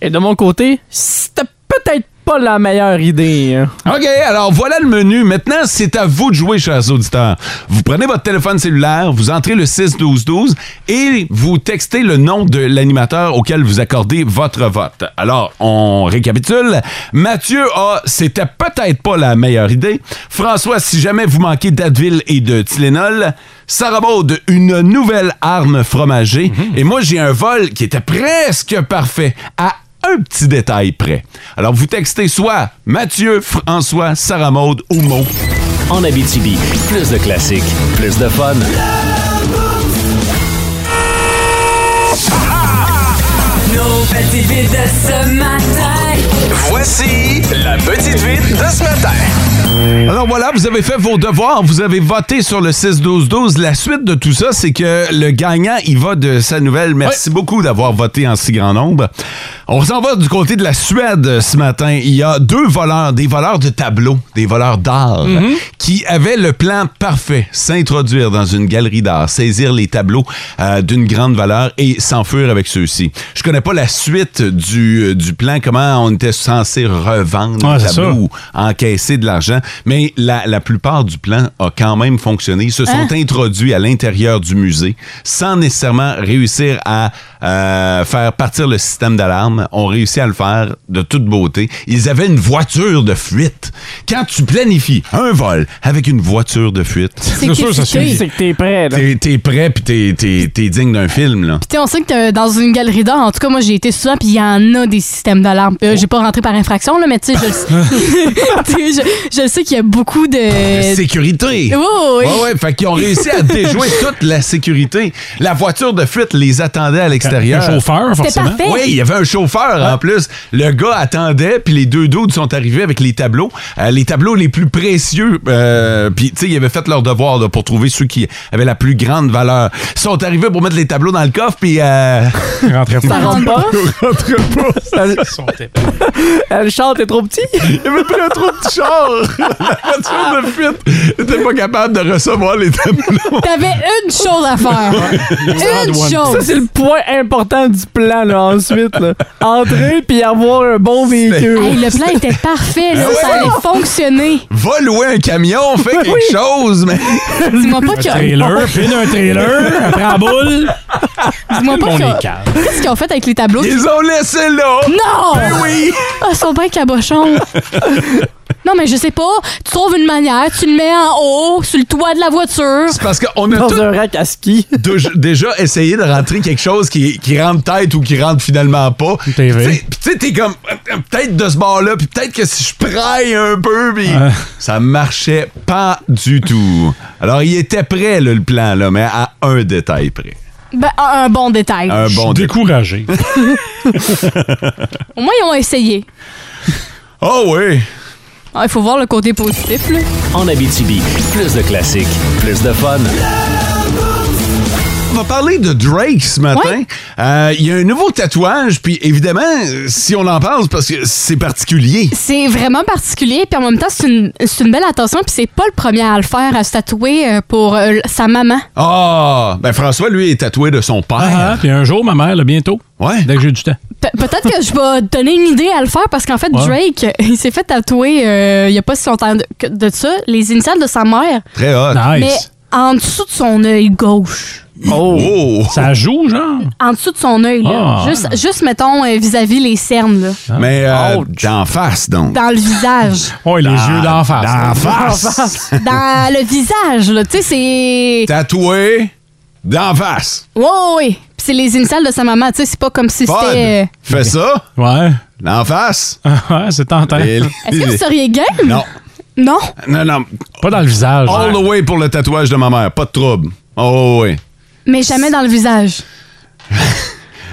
S3: Et de mon côté, c'était peut-être pas la meilleure idée. hein.
S2: OK, alors voilà le menu. Maintenant, c'est à vous de jouer, chers auditeurs. Vous prenez votre téléphone cellulaire, vous entrez le 6-12-12 et vous textez le nom de l'animateur auquel vous accordez votre vote. Alors, on récapitule. Mathieu a « C'était peut-être pas la meilleure idée ». François « Si jamais vous manquez d'Advil et de Tylenol ». Sarah Baud, une nouvelle arme fromagée. Et moi, j'ai un vol qui était presque parfait à un petit détail près. Alors, vous textez soit Mathieu, François, Sarah Maude ou Mo.
S1: En Abitibi, plus de classiques, plus de fun.
S6: Nos petites vites de ce matin.
S9: Voici la petite vite de ce matin.
S2: Alors voilà, vous avez fait vos devoirs, vous avez voté sur le 6-12-12. La suite de tout ça, c'est que le gagnant y va de sa nouvelle. Merci beaucoup d'avoir voté en si grand nombre. On s'en va du côté de la Suède euh, ce matin. Il y a deux voleurs, des voleurs de tableaux, des voleurs d'art,
S4: Mhm.
S2: qui avaient le plan parfait, s'introduire dans une galerie d'art, saisir les tableaux euh, d'une grande valeur et s'enfuir avec ceux-ci. Je connais pas la suite du, euh, du plan, comment on était censé revendre
S4: Ouais,
S2: les
S4: c'est ça.
S2: tableaux ou encaisser de l'argent, mais la, la plupart du plan a quand même fonctionné. Ils se sont introduits à l'intérieur du musée sans nécessairement réussir à euh, faire partir le système d'alarme. On réussit à le faire de toute beauté. Ils avaient une voiture de fuite. Quand tu planifies un vol avec une voiture de fuite,
S5: C'est sûr, ça
S4: suffit.
S3: C'est que t'es prêt, là.
S2: t'es t'es prêt puis t'es- t'es t'es digne d'un film. Là.
S5: Tu sais, on sait que t'es dans une galerie d'art, en tout cas, moi, j'ai été souvent, puis il y en a des systèmes d'alarme.
S2: Oh.
S5: Euh, J'ai pas rentré par infraction, là, mais tu sais, je le sais. Tu sais, je, je le sais qu'il y a beaucoup de.
S2: Sécurité.
S5: Euh, Oui, oui, oui.
S2: Ouais, ouais, fait qu'ils ont réussi à déjouer toute la sécurité. La voiture de fuite les attendait à l'extérieur.
S4: Un chauffeur,
S5: C'était
S4: forcément.
S5: parfait.
S2: Oui, il y avait un chauffeur en plus. Le gars attendait, puis les deux dudes sont arrivés avec les tableaux, Euh, les tableaux les plus précieux. euh, puis, tu sais, ils avaient fait leur devoir là, pour trouver ceux qui avaient la plus grande valeur. Ils sont arrivés pour mettre les tableaux dans le coffre, puis... euh,
S4: Rentrait
S5: Ça
S4: pas.
S5: rentre pas.
S3: Le char, t'es trop petit.
S2: il y avait pris un trop de char. la voiture de fuite n'était pas capable de recevoir les tableaux.
S5: T'avais une chose à faire. une
S3: Ça,
S5: chose.
S3: c'est le point important du plan, là, ensuite. là. Entrer puis avoir un bon véhicule.
S5: Hey, le plan était parfait, là,
S2: Mais
S5: ça
S2: Ah ouais.
S5: allait fonctionner.
S2: Va louer un camion, fais quelque
S3: Oui.
S2: chose, mais...
S5: Dis-moi pas
S4: Un
S5: qu'il y a-
S4: trailer, puis un trailer, après la boule.
S5: Dis-moi pas
S4: On
S5: qu'il y a-
S4: est calme.
S5: Qu'est-ce qu'ils ont fait avec les tableaux?
S2: Ils ont laissé là! Ben
S5: Non!
S2: Oui!
S5: Ah, ils sont bien cabochons. non, mais je sais pas. Tu trouves une manière, tu le mets en haut, sur le toit de la voiture.
S2: C'est parce qu'on a tous
S3: Dans un rack à ski.
S2: Dej- déjà essayé de rentrer quelque chose qui, qui rentre tête ou qui rentre finalement pas. Puis
S4: TV.
S2: Tu sais- puis tu sais, t'es comme euh, peut-être de ce bord-là, puis peut-être que si je praille un peu, puis
S4: Ouais.
S2: ça marchait pas du tout. Alors, il était prêt, là, le plan, là, mais à un détail près.
S5: Ben, un un bon détail.
S2: Un
S4: Je suis
S2: bon détail.
S4: découragé.
S5: Au moins, ils ont essayé.
S2: Oh oui!
S5: Ah, Il faut voir le côté positif, là.
S1: En Abitibi, plus de classiques, plus de fun.
S2: On va parler de Drake ce matin.
S5: Ouais.
S2: Euh, Il y a un nouveau tatouage, puis évidemment, si on en parle, c'est parce que c'est particulier.
S5: C'est vraiment particulier, puis en même temps, c'est une, c'est une belle attention, puis c'est pas le premier à le faire, à se tatouer euh, pour euh, sa maman.
S2: Ah! ben François, lui, est tatoué de son père.
S4: Ah, ah, puis un jour, ma mère, là, bientôt,
S2: Ouais.
S4: dès que j'ai du temps.
S5: Pe- Peut-être que je vais te donner une idée à le faire parce qu'en fait, Drake, il s'est fait tatouer euh, il y a pas si longtemps de, que- de ça, les initiales de sa mère,
S2: Très hot.
S4: Nice.
S5: mais en dessous de son œil gauche.
S3: Oh.
S2: Oh!
S4: Ça joue, genre?
S5: En dessous de son œil, là.
S4: Ah.
S5: Juste, juste, mettons, euh, vis-à-vis les cernes, là.
S3: Ah.
S2: Mais euh, d'en face, donc.
S5: Dans le visage.
S4: Oh, les yeux d'en face.
S2: D'en
S3: D'en
S2: face.
S5: dans le visage, là. Tu sais, c'est.
S2: Tatoué d'en face.
S5: Ouais, ouais, ouais. Puis c'est les initiales de sa maman, tu sais, c'est pas comme si
S2: Pod,
S5: c'était. euh,
S2: fais ça,
S4: Ouais. Ah,
S2: d'en face.
S4: ouais, c'est tentant.
S2: Et-
S5: Est-ce que vous seriez game?
S2: Non,
S5: Non?
S2: non, non.
S4: Pas dans le visage. hein.
S2: All the way pour le tatouage de ma mère, pas de trouble. Oh oui.
S5: Mais jamais dans le visage.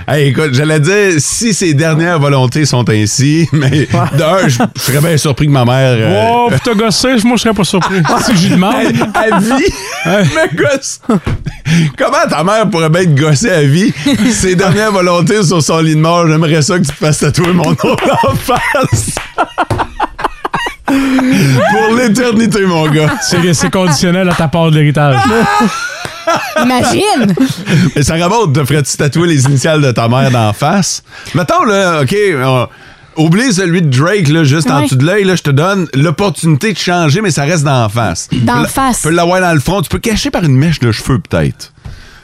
S2: Hey, écoute, j'allais dire, si ses dernières volontés sont ainsi, mais d'un, je je serais bien surpris que ma mère... euh,
S4: Oh, putain, gossé, moi, je serais pas surpris. si je lui demande.
S2: à- à vie, me gosse. Comment ta mère pourrait bien te gosser à vie? Ses dernières volontés sur son lit de mort, j'aimerais ça que tu te fasses tatouer mon nom en face. Pour l'éternité, mon gars.
S4: C'est c'est conditionnel à ta part de l'héritage.
S5: Imagine!
S2: Mais ça remonte, te ferais-tu tatouer les initiales de ta mère d'en face? Mettons, là, OK, on- Oublie celui de Drake, là, juste en
S5: Ouais.
S2: dessous de l'œil, là, je te donne l'opportunité de changer, mais ça reste d'en face.
S5: D'en
S2: Tu peux-
S5: face.
S2: Tu peux l'avoir dans le front, tu peux cacher par une mèche de cheveux, peut-être.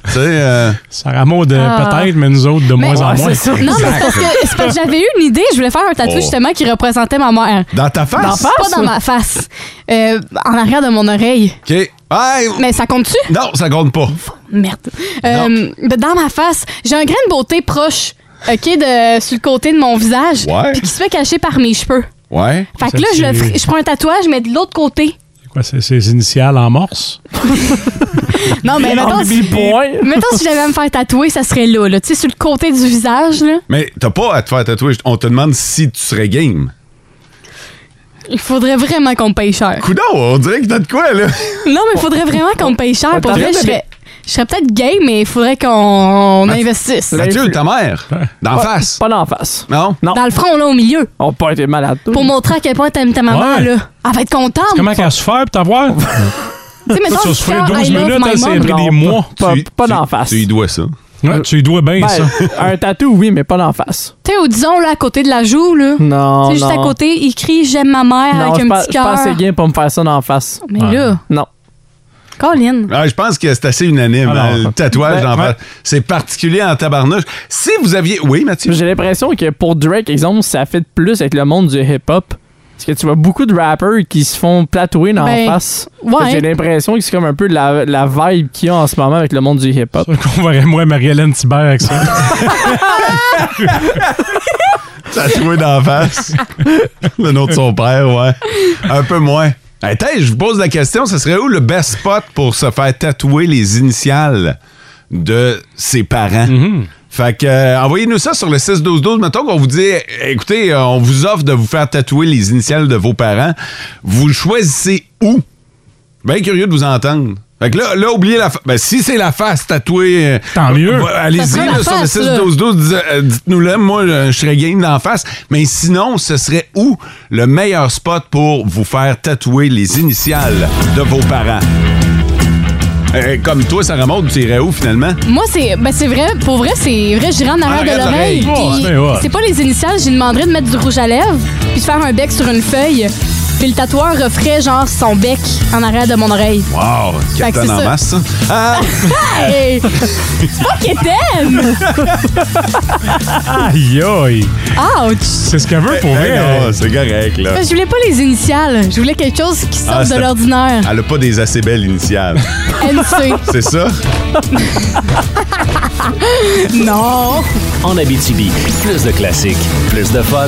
S2: Tu sais, euh,
S4: Ça ramode euh,
S5: Ah.
S4: peut-être, mais nous autres, de
S5: Mais-
S4: moins en
S5: Ouais,
S4: moins.
S5: c'est ça. Non, mais c'est parce que, c'est parce que j'avais eu une idée. Je voulais faire un tatouage
S2: Oh.
S5: justement qui représentait ma mère.
S2: dans ta face.
S5: Pas dans ma face. Euh, en arrière de mon oreille.
S2: OK. Hey,
S5: Mais ça compte-tu?
S2: Non, ça compte pas.
S5: Merde. Euh, ben, dans ma face, j'ai un grain de beauté proche, OK, de, sur le côté de mon visage,
S2: Ouais.
S5: puis qui se fait cacher par mes cheveux.
S2: Ouais.
S5: Fait
S4: Ça,
S5: que là, je, le
S4: c'est-
S5: ferai- je prends un tatouage, mais de l'autre côté.
S4: C'est Quoi, c'est ses initiales en morse?
S5: Non, mais mettons, si,
S3: Point.
S5: mettons si j'allais me faire tatouer, ça serait là, là. Tu sais, sur le côté du visage, là.
S2: Mais t'as pas à te faire tatouer. On te demande si tu serais game.
S5: Il faudrait vraiment qu'on me paye cher.
S2: Coudon, on dirait que t'as de quoi, là?
S5: Non, mais il faudrait vraiment qu'on me paye cher. Pour
S3: t'en
S5: vrai,
S3: fait,
S5: je serais, je serais peut-être gay, mais il faudrait
S3: Ah.
S5: qu'on investisse.
S2: Mathieu, ta mère. D'en
S3: Pas-
S2: face.
S3: Pas d'en face.
S2: Non?
S3: Non.
S5: Dans le front, là, au milieu.
S3: On peut être malade.
S5: Pour montrer à quel point t'aimes ta maman,
S4: Ouais.
S5: là. Elle va être contente.
S4: Comment qu'elle a souffert, puis t'avoir?
S5: Tu sais, mettons,
S4: Ça, ça
S5: je
S4: se fait
S5: sors,
S4: 12
S5: I love
S4: minutes,
S5: my
S4: hein, c'est
S5: mom.
S4: pris des
S3: Non,
S4: mois.
S3: Pas,
S2: Tu-
S3: pas
S2: tu-
S3: d'en face.
S2: Tu y dois ça.
S4: Ouais, tu lui dois bien,
S3: Ben,
S4: ça.
S3: un tatou, oui, mais pas d'en face.
S5: Tu sais, au disons, là, à côté de la joue, là.
S3: Non,
S5: Tu
S3: non.
S5: sais, juste à côté, il crie J'aime ma mère
S3: Non,
S5: Ah, avec
S3: je
S5: un
S3: pense-
S5: petit
S3: je pense que c'est
S5: cœur. Oh,
S3: bien pour me faire ça d'en face.
S5: Mais là,
S3: Non.
S5: Colin.
S2: Ah, je pense que c'est assez unanime,
S4: Ah,
S2: hein,
S4: non.
S2: le tatouage.
S3: Ben,
S2: d'en
S4: ouais.
S2: face. C'est particulier en tabarnouche. Si vous aviez. Oui, Mathieu?
S3: J'ai l'impression que pour Drake, exemple, ça fait plus avec le monde du hip-hop. Parce que tu vois beaucoup de rappers qui se font platouer d'en
S5: Ben,
S3: face.
S5: ouais.
S3: J'ai l'impression que c'est comme un peu la, la vibe qu'il y a en ce moment avec le monde du hip-hop.
S4: Qu'on verrait moi Marie-Hélène Thibert avec ça.
S2: Tatoué d'en face. le nom de son père, ouais. Un peu moins. Hey, t'sais, je vous pose la question, ce serait où le best spot pour se faire tatouer les initiales de ses parents?
S4: Mm-hmm.
S2: Fait que, euh, envoyez-nous ça sur le 6-12-12. Mettons qu'on vous dit, écoutez, euh, on vous offre de vous faire tatouer les initiales de vos parents. Vous choisissez où? Bien curieux de vous entendre. Fait que là, là oubliez la face. Ben, si c'est la face tatouée. euh,
S4: Tant mieux.
S2: euh, Allez-y,
S5: Ça serait
S2: là,
S5: la
S2: sur le
S5: face, là.
S2: 6-12-12, dis- euh, dites-nous là. Moi, euh, je serais game d'en face. Mais sinon, ce serait où le meilleur spot pour vous faire tatouer les initiales de vos parents? Euh, comme toi, Sarah Maud, tu irais où finalement?
S5: Moi, c'est ben, c'est vrai, pour vrai, c'est vrai, j'irai en
S2: Ah,
S5: arrière
S2: regarde
S5: de l'oreille.
S4: l'oreille.
S5: puis
S4: Oh, c'est hot.
S5: c'est pas les initiales, j'ai demandé de mettre du rouge à lèvres, puis de faire un bec sur une feuille. Puis le tatoueur referait genre son bec en arrière de mon oreille.
S2: Wow,
S5: Fait que
S2: Captain
S5: c'est
S2: en
S5: ça.
S2: masse, ça. Ah,
S5: Hey! Fuck it then!
S4: Aïe, aïe.
S5: Ouch!
S4: C'est ce qu'elle veut pour
S2: hey,
S4: vrai.
S2: Euh, non, c'est correct, là.
S5: Ben, je voulais pas les initiales, je voulais quelque chose qui sorte
S2: Ah,
S5: de
S2: c'est-
S5: l'ordinaire.
S2: Elle a pas des assez belles initiales.
S5: NC.
S2: c'est ça?
S5: non!
S1: En Abitibi, plus de classiques, plus de fun.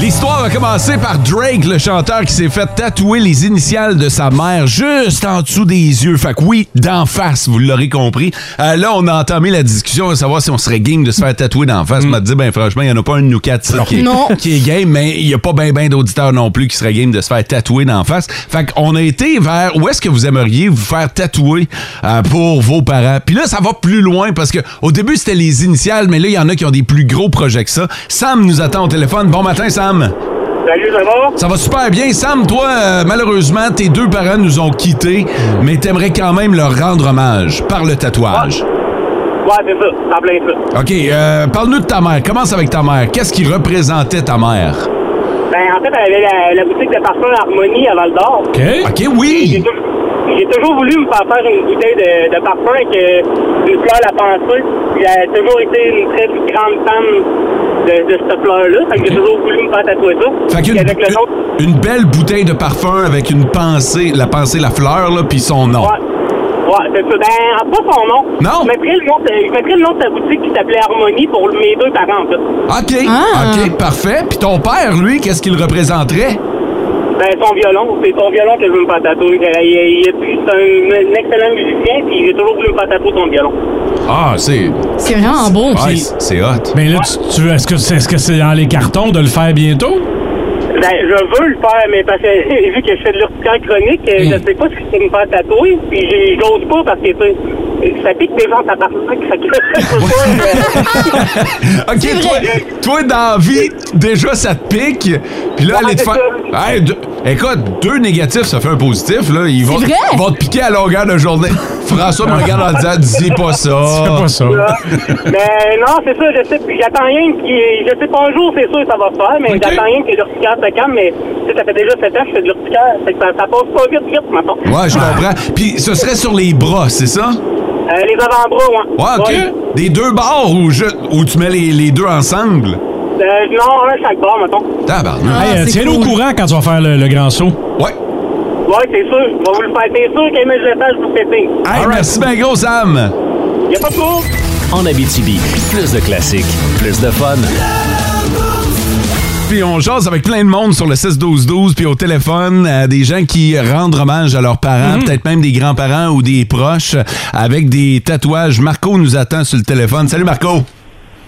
S2: L'histoire a commencé par Drake, le chanteur qui s'est fait tatouer les initiales de sa mère juste en dessous des yeux. Fait que oui, d'en face, vous l'aurez compris. Euh, là, on a entamé la discussion à savoir si on serait game de se faire tatouer d'en face. On m'a dit, ben franchement, il n'y en a pas un de nous quatre ça, qui, est-
S5: Non.
S2: qui est game, mais il n'y a pas ben ben d'auditeurs non plus qui seraient game de se faire tatouer d'en face. Fait qu'on a été vers où est-ce que vous aimeriez vous faire tatouer euh, pour vos parents. Puis là, ça va plus loin parce que au début, c'était les initiales, mais là, il y en a qui ont des plus gros projets que ça. Sam nous attend au téléphone. Bon matin, Sam.
S10: Salut, ça va?
S2: Ça va super bien. Sam, toi, euh, malheureusement, tes deux parents nous ont quittés, mais t'aimerais quand même leur rendre hommage par le tatouage.
S10: Ouais, c'est ça, en plein ça.
S2: OK, euh, parle-nous de ta mère. Commence avec ta mère. Qu'est-ce qui représentait ta mère?
S10: Ben, en fait, elle avait la, la boutique de parfum Harmonie à Val d'Or.
S4: OK?
S2: OK,
S10: J'ai
S2: oui!
S10: tou- j'ai toujours voulu me faire faire une bouteille de, de parfum avec euh, une fleur à penser. J'ai toujours été une très grande fan de, de cette fleur-là. Fait que j'ai toujours voulu me faire tatouer ça.
S2: Fait qu'une-
S10: Puis avec le nom.
S2: une, une belle bouteille de parfum avec une pensée, la pensée, la fleur, là, puis son nom.
S10: Ouais. Ouais, c'est ça. Ben, pas son nom.
S2: Non.
S10: Je mettrais le nom de, je mettrais le nom de sa boutique qui s'appelait Harmonie pour mes deux parents, en fait.
S2: OK,
S5: Ah.
S2: OK, parfait. Puis ton père, lui, qu'est-ce qu'il représenterait?
S10: Ben, son violon, c'est son violon que je veux me faire tatouer. Il, il- il- c'est un, un excellent musicien, puis j'ai toujours voulu me faire tatouer son violon.
S2: Ah, c'est...
S5: C'est vraiment beau.
S2: ouais, c'est- c'est hot.
S4: Mais là, tu, tu veux- est-ce que c'est est-ce que c'est dans les cartons de le faire bientôt?
S10: Ben, je veux le faire, mais parce que
S2: Mm.
S10: vu que je fais de l'urticaire chronique, euh, je sais pas si je peux me faire tatouer, puis j'ai- j'ose pas parce que, tu sais, ça pique des gens, ça part fait que-
S2: OK, toi, toi, dans la vie, déjà, ça te pique. Puis là,
S10: Ouais,
S2: aller te
S10: c'est
S2: faire. Hey, deux- Écoute, deux négatifs, ça fait un positif. Là. Ils vont,
S10: vrai?
S2: ils vont te piquer à longueur de journée. François me regarde en disant Dis pas ça.
S4: Dis pas ça.
S10: Mais non, c'est ça, je sais, puis j'attends rien qui, je sais pas un jour, c'est sûr que ça va se faire, mais j'attends rien que l'urticaire se calme, mais tu sais, ça fait déjà 7 ans que je fais de l'urticaire, fait que ça, ça passe pas vite, vite, maintenant.
S2: Ouais, je comprends. Puis ce serait sur les bras, c'est ça?
S10: Euh, les avant-bras, ouais.
S2: Ouais, OK.
S10: Ouais.
S2: Des deux bords ou juste- ou tu mets les, les deux ensemble?
S10: Euh, non, un chaque bord, mettons.
S2: Tabarnak.
S4: Hey, euh, Tiens-nous au courant quand tu vas faire le, le grand saut.
S2: Ouais.
S10: Ouais, c'est sûr, je vais vous le faire, c'est sûr qu'un je le fais, je vous le péter.
S2: Hey, merci bien gros, Sam.
S10: Y a pas de trouble.
S1: En Abitibi, plus de classiques, plus de fun.
S2: Puis on jase avec plein de monde sur le 6-12-12, puis au téléphone, euh, des gens qui rendent hommage à leurs parents, peut-être même des grands-parents ou des proches, euh, avec des tatouages. Marco nous attend sur le téléphone. Salut Marco!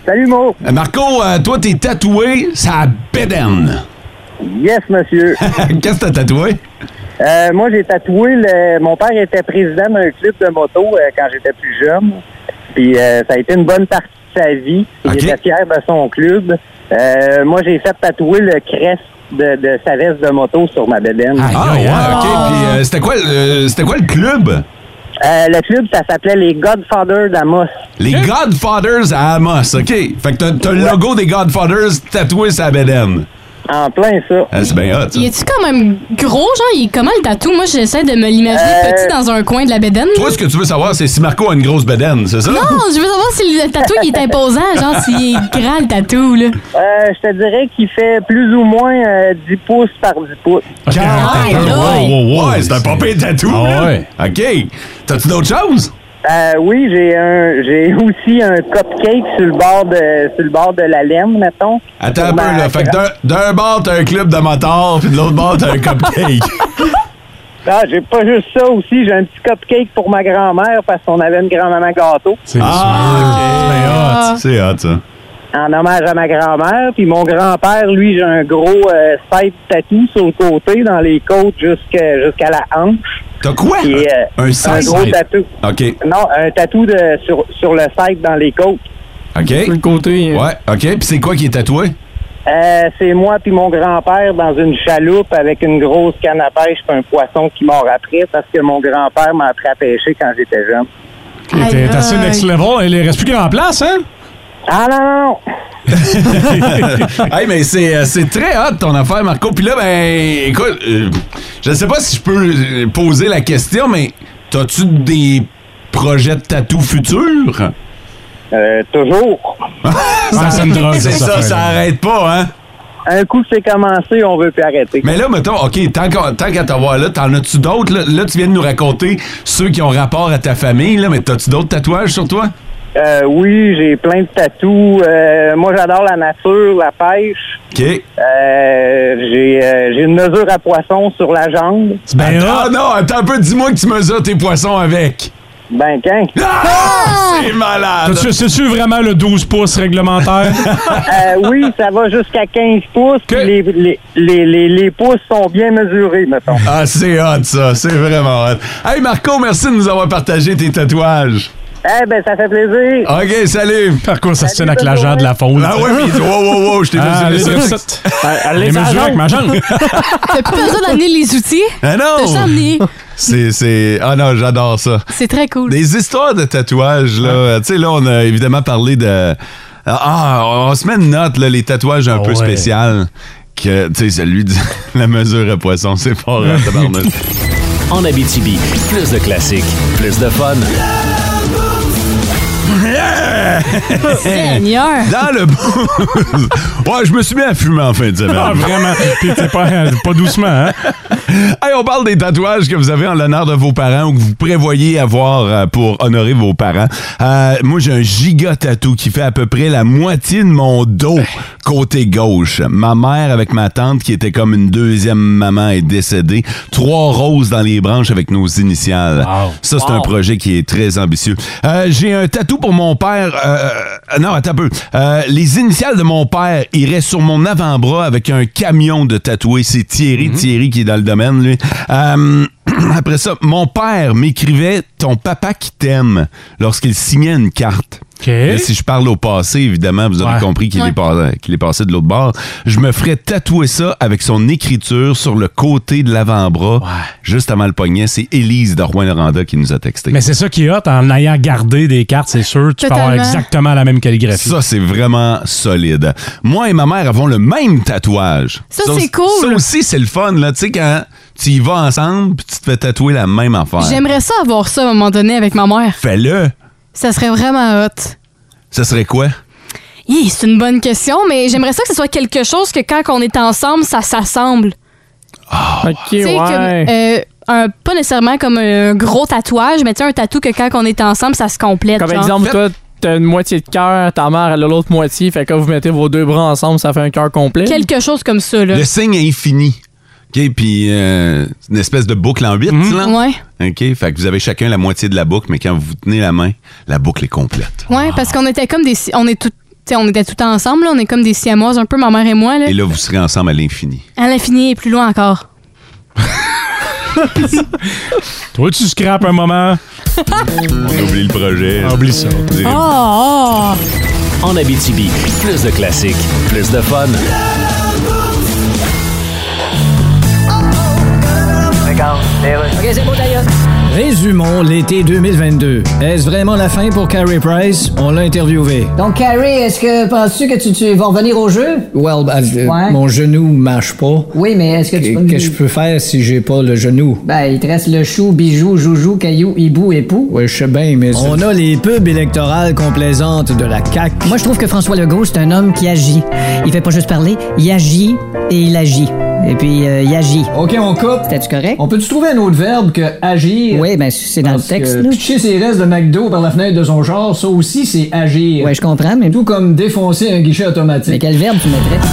S11: Salut Mo!
S2: Marco, euh, toi t'es tatoué, ça a bédaine.
S11: Yes, monsieur.
S2: Qu'est-ce que t'as tatoué?
S11: Euh, moi, j'ai tatoué. le- Mon père était président d'un club de moto euh, quand j'étais plus jeune. Puis euh, ça a été une bonne partie de sa vie. Il était fier de son club. Euh, moi, j'ai fait tatouer le crest de, de sa veste de moto sur ma bedaine.
S2: Ah ouais, ok. Puis euh, c'était quoi, euh, c'était quoi le club?
S11: Euh, le club, ça s'appelait les Godfathers d'Amos.
S2: Les Godfathers à Amos, ok. Fait que t'as- t'as le logo des Godfathers tatoué sur la bédaine.
S11: En plein ça.
S2: Ah, c'est bien hot, ça.
S5: Il est-tu quand même gros, genre? Il est comment le tatou? Moi, j'essaie de me l'imaginer
S11: Euh,
S5: petit dans un coin de la bédaine.
S2: Toi, ce que tu veux savoir, c'est si Marco a une grosse bédaine, c'est ça?
S5: Non, je veux savoir si le tatou il est imposant, genre s'il est grand le tatou là.
S11: Euh, je te dirais qu'il fait plus ou moins euh, 10 pouces par 10 pouces.
S5: Ah,
S2: Wow, wow, wow. Ouais, Ah, c'est un papier tatou. là. OK. T'as-tu d'autres choses?
S11: Euh, oui, j'ai un, j'ai aussi un cupcake sur le bord de, sur le bord de la laine, mettons.
S2: Attends un
S11: Sur
S2: peu,
S11: ma-
S2: là. Fait que d'un- d'un bord, t'as un club de motards, puis de l'autre bord, t'as un cupcake.
S11: Ah, j'ai pas juste ça aussi, j'ai un petit cupcake pour ma grand-mère parce qu'on avait une grand-maman gâteau. sûr.
S2: ah, OK. C'est hot, ça.
S11: En hommage à ma grand-mère, puis mon grand-père, lui, j'ai un gros euh, side tattoo sur le côté, dans les côtes jusqu'à, jusqu'à la hanche.
S2: T'as quoi?
S11: Puis, euh,
S2: Un
S11: un
S2: side?
S11: gros tatou.
S2: OK.
S11: Non, un tatou de, sur, sur le side dans les côtes.
S2: OK. Sur le côté. hein. Ouais, OK. Puis c'est quoi qui est tatoué?
S11: Euh, c'est moi puis mon grand-père dans une chaloupe avec une grosse canne à pêche pis un poisson qui mord après parce que mon grand-père m'a appris à pêcher quand j'étais jeune.
S4: Et T'es t'es assez
S11: aïe.
S4: next level. hein? Il reste plus grand place, hein?
S11: Ah non, non, non.
S2: hey, mais c'est, euh, c'est très hot ton affaire, Marco. Puis là, ben, écoute, euh, je sais pas si je peux euh, poser la question, mais t'as-tu des projets de tatou futurs?
S11: Euh, toujours.
S2: ça,
S11: c'est une drogue,
S2: c'est
S11: cette
S2: ça, ça
S11: affaire-là.
S2: arrête pas, hein?
S11: Un coup que c'est commencé, on veut plus arrêter.
S2: Mais là, mettons, OK, tant qu'à, tant qu'à t'avoir là, t'en as-tu d'autres? Là, Là, tu viens de nous raconter ceux qui ont rapport à ta famille, là, mais t'as-tu d'autres tatouages sur toi?
S11: Euh, oui, j'ai plein de tatous. Euh, moi, j'adore la nature, la pêche.
S2: OK.
S11: Euh, j'ai, euh, j'ai une mesure à poisson sur la jambe.
S2: Ben attends, non, attends un peu, dis-moi que tu mesures tes poissons avec.
S11: Ben, quand?
S2: c'est malade!
S4: T'as-tu- C'est-tu vraiment le 12 pouces réglementaire?
S11: Euh, oui, ça va jusqu'à 15 pouces. puis Les, les, les, les, les pouces sont bien mesurés, mettons.
S2: Ah, c'est hot, ça. C'est vraiment hot. Hey, Marco, merci de nous avoir partagé tes tatouages.
S11: Eh ben, ça fait plaisir.
S2: OK, salut.
S4: Par quoi ça se tient avec l'agent de la faune?
S2: Ah ouais, puis il dit, wow, wow, wow, je t'ai
S4: Ah,
S2: mesuré
S4: les
S2: ça.
S4: réussites. Les mesures avec ma jambe.
S5: T'as plus besoin d'amener les outils.
S2: Ah
S5: T'as juste amené.
S2: non! C'est, c'est... Ah non, j'adore ça.
S5: C'est très cool.
S2: Des histoires de tatouages, là. Tu sais, là, on a évidemment parlé de... Ah, on se met une note, là, les tatouages un peu
S1: ouais.
S2: spéciales. Que, tu sais, celui de la mesure à poisson, c'est fort, hein, tabarnak.
S1: En Abitibi, plus de classiques, plus de fun.
S5: Seigneur.
S2: Dans le boost. Ouais, je me suis mis à fumer en fin de semaine.
S4: Ah, vraiment. Puis t'es pas, pas doucement, hein?
S2: Hey, on parle des tatouages que vous avez en l'honneur de vos parents ou que vous prévoyez avoir euh, pour honorer vos parents. Euh, moi, j'ai un giga tatou qui fait à peu près la moitié de mon dos côté gauche. Ma mère avec ma tante qui était comme une deuxième maman est décédée. Trois roses dans les branches avec nos initiales. Ça, c'est un
S1: Wow.
S2: projet qui est très ambitieux. Euh, j'ai un tatou pour mon père euh, euh, non, attends un peu. Euh, les initiales de mon père iraient sur mon avant-bras avec un camion de tatoués. C'est Thierry, Thierry qui est dans le domaine, lui. Euh, après ça, mon père m'écrivait Ton papa qui t'aime lorsqu'il signait une carte. Là, si je parle au passé, évidemment, vous avez
S12: Ouais.
S2: compris qu'il
S12: Ouais.
S2: est, passé- qu'il est passé de l'autre bord. Je me ferais tatouer ça avec son écriture sur le côté de l'avant-bras, juste avant le poignet. C'est Élise de Rouen-Noranda qui nous a texté.
S4: Mais c'est ça qui est hot, en ayant gardé des cartes, c'est sûr, tu peux avoir
S2: Totalement.
S4: exactement la même calligraphie.
S2: Ça, c'est vraiment solide. Moi et ma mère avons le même tatouage.
S5: Ça, c'est cool.
S2: Ça aussi, c'est le fun. là. Tu sais, quand tu y vas ensemble, puis tu te fais tatouer la même affaire.
S5: J'aimerais ça avoir ça à un moment donné avec ma mère.
S2: Fais-le.
S5: Ça serait vraiment hot.
S2: Ça serait quoi?
S5: Hi, c'est une bonne question, mais j'aimerais ça que ce soit quelque chose que quand on est ensemble, ça s'assemble.
S3: OK,
S5: Tu sais,
S3: ouais.
S5: comme, euh, un- pas nécessairement comme un gros tatouage, mais tu sais, un tatou que quand on est ensemble, ça se complète.
S3: Comme
S5: genre.
S3: exemple, toi, t'as une moitié de cœur, ta mère, elle a l'autre moitié. Fait que quand vous mettez vos deux bras ensemble, ça fait un cœur complet.
S5: Quelque chose comme ça, là.
S4: Euh.
S2: Le signe infini. OK, puis euh, c'est une espèce de boucle en 8,
S4: Mhm.
S2: là.
S5: Ouais.
S2: OK, fait que vous avez chacun la moitié de la boucle, mais quand vous vous tenez la main, la boucle est complète.
S5: Ouais, parce qu'on était comme des. si- On est tout. tu sais, on était tout ensemble, là. on est comme des siamoises, un peu ma mère et moi. Là.
S2: Et là, vous serez ensemble à l'infini.
S5: À l'infini et plus loin encore.
S4: Toi, tu scrapes un moment.
S2: On oublie le projet.
S4: Ah, Oublie ça.
S5: Oh!
S1: Ah. En Abitibi, plus de classiques, plus de fun.
S8: Ok, c'est bon, d'ailleurs.
S7: Résumons l'été 2022. Est-ce vraiment la fin pour Carrie Price? On l'a interviewé.
S8: Donc, Carrie, est-ce que penses-tu que tu, tu vas revenir au jeu?
S7: Well, bah, euh,
S8: Ouais.
S7: mon genou marche pas.
S8: Oui, mais est-ce que tu
S7: Qu'est-ce
S8: peux...
S7: que je peux faire si j'ai pas le genou?
S8: Ben, il te reste le chou, bijou, joujou, caillou, hibou, époux.
S7: Ouais, je sais bien, mais... On a les pubs électorales complaisantes de la CAQ.
S8: Moi, je trouve que François Legault, c'est un homme qui agit. Il fait pas juste parler, il agit et il agit. Et puis, euh, il agit.
S7: OK, on coupe.
S8: C'était-tu correct?
S7: On peut-tu trouver un autre verbe que agir?
S8: Oui, ben, c'est dans le texte, là.
S7: Euh, Pitcher ses restes de McDo par la fenêtre de son genre, ça aussi, c'est agir.
S8: Ouais, je comprends, mais...
S7: Tout comme défoncer un guichet automatique.
S8: Mais quel verbe tu mettrais?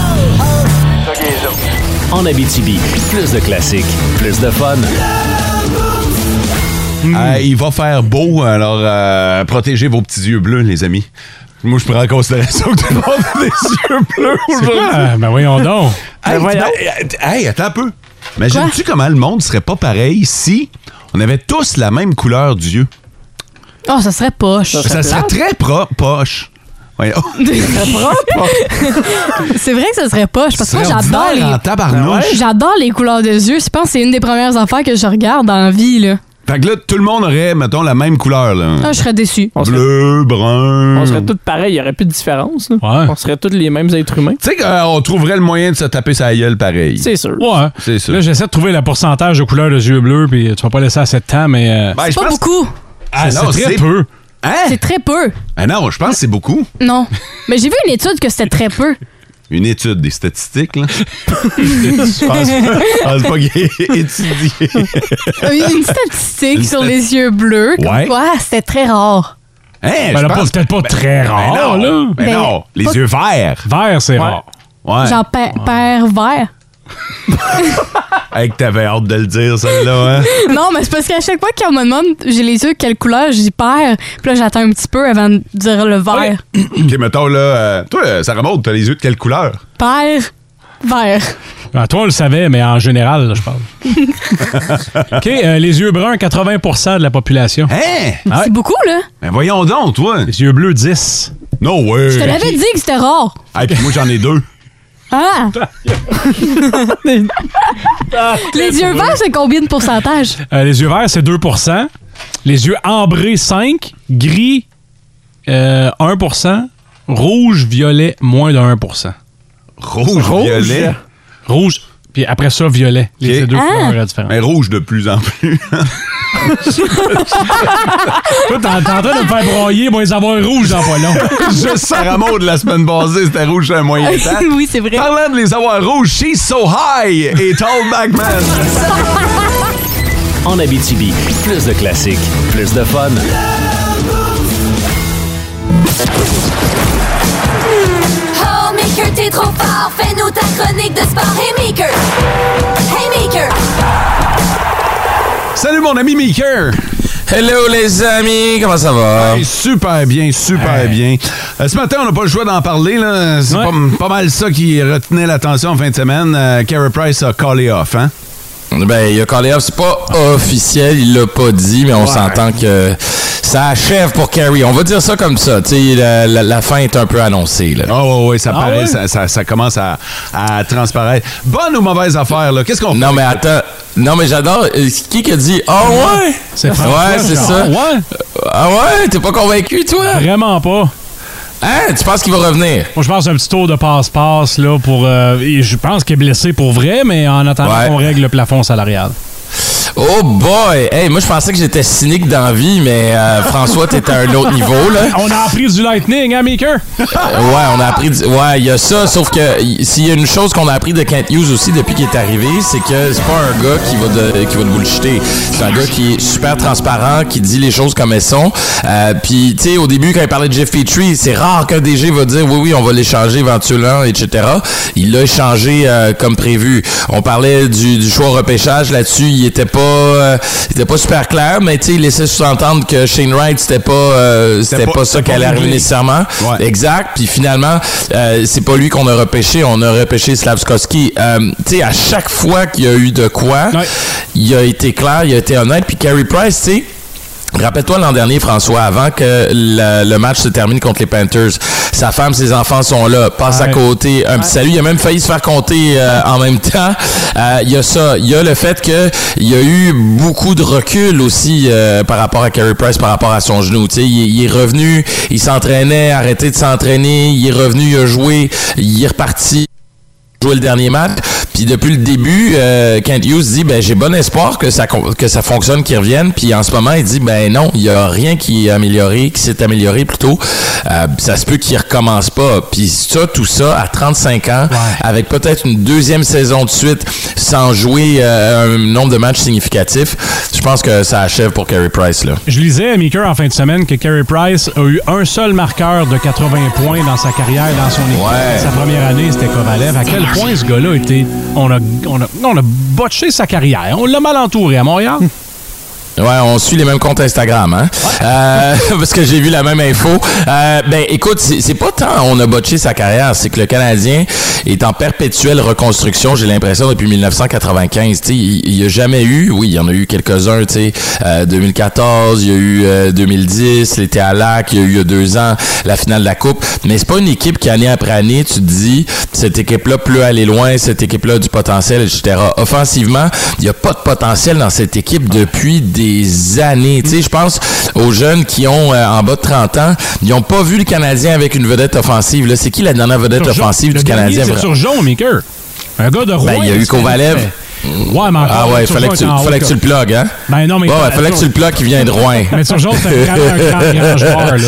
S1: En Abitibi, plus de classiques, plus de fun.
S4: Mhm.
S2: Euh, il va faire beau, alors euh, protégez vos petits yeux bleus, les amis. Moi, je prends en considération que tout le monde a des yeux bleus
S4: quoi?
S2: aujourd'hui.
S4: Ben voyons donc.
S2: Hey,
S4: Ben voyons.
S2: ben, hey, attends un peu. Imagines-tu comment le monde serait pas pareil si on avait tous la même couleur d'yeux?
S5: Oh, ça serait poche.
S2: Ça serait très pro- poche. Voyons.
S5: c'est vrai que ça serait poche parce que moi
S2: Ce serait
S5: j'adore
S2: ordinaire en
S4: Ben
S3: Ben
S2: tabarnouche.
S5: les j'adore les couleurs de yeux. Je pense que c'est une des premières affaires que je regarde en vie là.
S4: Hmm.
S2: Fait que là, tout le monde aurait, mettons, la même couleur. Là.
S5: Ah, je serais déçu.
S2: Bleu, brun.
S3: On serait tous pareils, il n'y aurait plus de différence. là. On serait tous les mêmes êtres humains.
S2: Tu sais qu'on trouverait le moyen de se taper sa gueule pareil.
S3: C'est sûr.
S4: Ouais.
S2: C'est sûr.
S4: Là, j'essaie de trouver le pourcentage de couleur de yeux bleus, puis euh, tu vas pas laisser à 7 ans, mais. euh,
S2: Ben, je pense-
S5: beaucoup.
S2: Ah,
S4: c'est
S2: non,
S4: très peu.
S2: Hein?
S5: C'est très peu.
S2: Ah non, je pense que c'est beaucoup.
S5: Non. Mais j'ai vu une étude que c'était très peu.
S2: Une étude des statistiques, là. Je pense, je pense pas qu'il ait étudié.
S5: Ah Une statistique
S2: Une
S5: sur
S2: stat-
S5: les yeux bleus. Comme
S2: Ouais.
S5: quoi, c'était très rare.
S2: Hein,
S4: Ben
S2: je
S4: là,
S2: pense-
S4: peut-être pas très
S2: Ben
S4: rare,
S2: non,
S4: là.
S2: ben
S5: Ben,
S2: non. Les
S5: pas-
S2: yeux verts.
S4: Vert, c'est rare.
S2: Ouais.
S5: Genre pa- père vert.
S2: Hey, que t'avais hâte de le dire, celle-là, hein?
S5: Non, mais c'est parce qu'à chaque fois qu'on me demande j'ai les yeux quelle couleur, j'y perds. Puis là, j'attends un petit peu avant de dire le vert.
S2: OK, mettons, là, euh, toi, euh, Sarah Maud, t'as les yeux de quelle couleur?
S5: Père vert.
S4: Ben, toi, on le savait, mais en général, là, je parle. OK, euh, les yeux bruns, 80 de la population.
S2: Hein?
S5: C'est beaucoup, là.
S2: Ben voyons donc, toi.
S4: Les yeux bleus, 10.
S2: Non, ouais.
S4: Euh,
S5: Je te l'avais dit que c'était rare.
S2: Hey, puis moi, j'en ai deux.
S5: Ah! les yeux verts, c'est combien de pourcentage?
S4: Euh, les yeux verts, c'est 2 Les yeux ambrés, 5 Gris, euh, 1 Rouge, violet, moins de 1
S2: Rouge, violet.
S4: Rouge, puis après ça, violet. Les
S2: Ok.
S4: deux
S5: Ah.
S4: couleurs euh, différentes.
S2: Mais rouge de plus en plus.
S4: Toi, t'es en t'es en train de me faire broyer, moi, les avoir rouges dans pas long.
S2: Juste Sarah Maud la semaine passée, c'était rouge sur un moyen temps.
S5: oui, c'est vrai.
S2: Parlant de les avoir rouges, She's So High et Tall Black Man.
S1: En Abitibi, plus de classiques, plus de fun.
S6: Oh, Maker, t'es trop fort. Fais-nous ta chronique de sport. Hey, Maker. Hey, Maker.
S2: Salut mon ami Maker.
S12: Hello les amis, comment ça va?
S2: Hey, super bien, super bien. Euh, ce matin, on n'a pas le choix d'en parler. là. C'est pas, pas mal ça qui retenait l'attention en fin de semaine. Euh, Carey Price a callé off, hein?
S12: Ben, il a callé off. C'est pas officiel, il l'a pas dit, mais on s'entend que ça achève pour Carrie. On va dire ça comme ça. Tu sais, la, la- la fin est un peu annoncée. Là.
S2: Oh, oui, ça paraît, ça, ça- ça commence à, à transparaître. Bonne ou mauvaise affaire, là? Qu'est-ce qu'on
S12: Non, mais attends. Non, mais j'adore. Euh, Qui qui a dit Ah ouais?
S2: C'est François,
S12: Ouais, c'est
S2: genre.
S12: ça.
S2: Ah
S4: ouais?
S12: Ah ouais? T'es pas convaincu, toi?
S4: Vraiment pas.
S12: Hein? Tu penses qu'il va revenir?
S4: Moi, je pense un petit tour de passe-passe, là, pour. euh, et je pense qu'il est blessé pour vrai, mais en attendant qu'on règle le plafond salarial.
S12: Oh boy! Hey, moi, je pensais que j'étais cynique dans la vie, mais euh, François, t'es à un autre niveau, là.
S4: On a appris du Lightning, hein, Maker?
S12: Euh, ouais, on a appris. du- Ouais, il y a ça, sauf que y- s'il y a une chose qu'on a appris de Kent Hughes aussi depuis qu'il est arrivé, c'est que c'est pas un gars qui va, de, qui va te bullshiter. C'est un gars qui est super transparent, qui dit les choses comme elles sont. Euh, Puis, tu sais, au début, quand il parlait de Jeff Petrie, c'est rare qu'un DG va dire oui, oui, on va l'échanger éventuellement, etc. Il l'a échangé euh, comme prévu. On parlait du, du choix au repêchage là-dessus, il était pas, euh, il était pas super clair, mais tu sais, il laissait sous-entendre que Shane Wright, c'était pas, euh, c'était
S2: pas-
S12: pas, ça
S2: c'était pas
S12: qu'elle allait arriver
S2: réglé.
S12: nécessairement. Exact. Puis finalement, euh, c'est pas lui qu'on a repêché, on a repêché Slavskoski. Euh, tu sais, à chaque fois qu'il y a eu de quoi, il a été clair, il a été honnête. Puis Carey Price, tu sais. Rappelle-toi l'an dernier, François, avant que la- le match se termine contre les Panthers, sa femme, ses enfants sont là, passe à
S4: Ouais.
S12: côté, un petit salut. Il a même failli se faire compter euh, en même temps. Euh, Il y a ça. Il y a le fait qu'il y a eu beaucoup de recul aussi euh, par rapport à Carey Price, par rapport à son genou. Tu sais, Il, il est revenu, il s'entraînait, a arrêté de s'entraîner, il est revenu, il a joué, il est reparti jouer le dernier match. Puis depuis le début, euh, Kent Hughes dit ben j'ai bon espoir que ça con- que ça fonctionne, qu'il revienne. Puis en ce moment, il dit ben non, il y a rien qui est amélioré, qui s'est amélioré plutôt. Euh, ça se peut qu'il recommence pas. Puis ça, tout ça à 35 ans, avec peut-être une deuxième saison de suite sans jouer euh, un nombre de matchs significatifs. Je pense que ça achève pour Carey Price là.
S4: Je lisais à Maker en fin de semaine que Carey Price a eu un seul marqueur de 80 points dans sa carrière, dans son équipe. Sa première année, c'était Kovalev. À quel point ce gars-là était. On a, on, a, on a botché sa carrière. On l'a mal entouré à Montréal.
S12: Ouais, on suit les mêmes comptes Instagram, hein? Euh, parce que j'ai vu la même info. Euh, ben, écoute, c'est c'est pas tant on a botché sa carrière, c'est que le Canadien est en perpétuelle reconstruction, j'ai l'impression, depuis 1995. Tu sais, il il y a jamais eu, oui, il y en a eu quelques-uns, tu sais, euh, 2014, il y a eu euh, 2010, l'été à Lac, il y a eu il y a deux ans la finale de la Coupe, mais c'est pas une équipe qui, année après année, tu te dis, cette équipe-là peut aller loin, cette équipe-là a du potentiel, etc. Offensivement, il n'y a pas de potentiel dans cette équipe depuis des années. Tu sais, je pense aux jeunes qui ont euh, en bas de 30 ans, ils n'ont pas vu le Canadien avec une vedette offensive. là. C'est qui la dernière vedette
S4: Sur Jean-
S12: offensive
S4: le
S12: du
S4: dernier,
S12: Canadien?
S4: C'est
S12: vra-
S4: sur Jean Maker. Un gars de Rouen.
S12: Ben, il y a eu
S4: c'est-
S12: Kovalev.
S4: Ouais, mais encore,
S12: Ah ouais,
S4: Turgeon
S12: fallait que tu,
S4: était en haut,
S12: fallait que tu le
S4: quoi.
S12: plugues, hein?
S4: Ben non, mais-
S12: Ouais, ouais, fallait que tu le plugues, il vient de Rouen.
S4: Mais Turgeon, c'est un grand, un grand, grand joueur, là.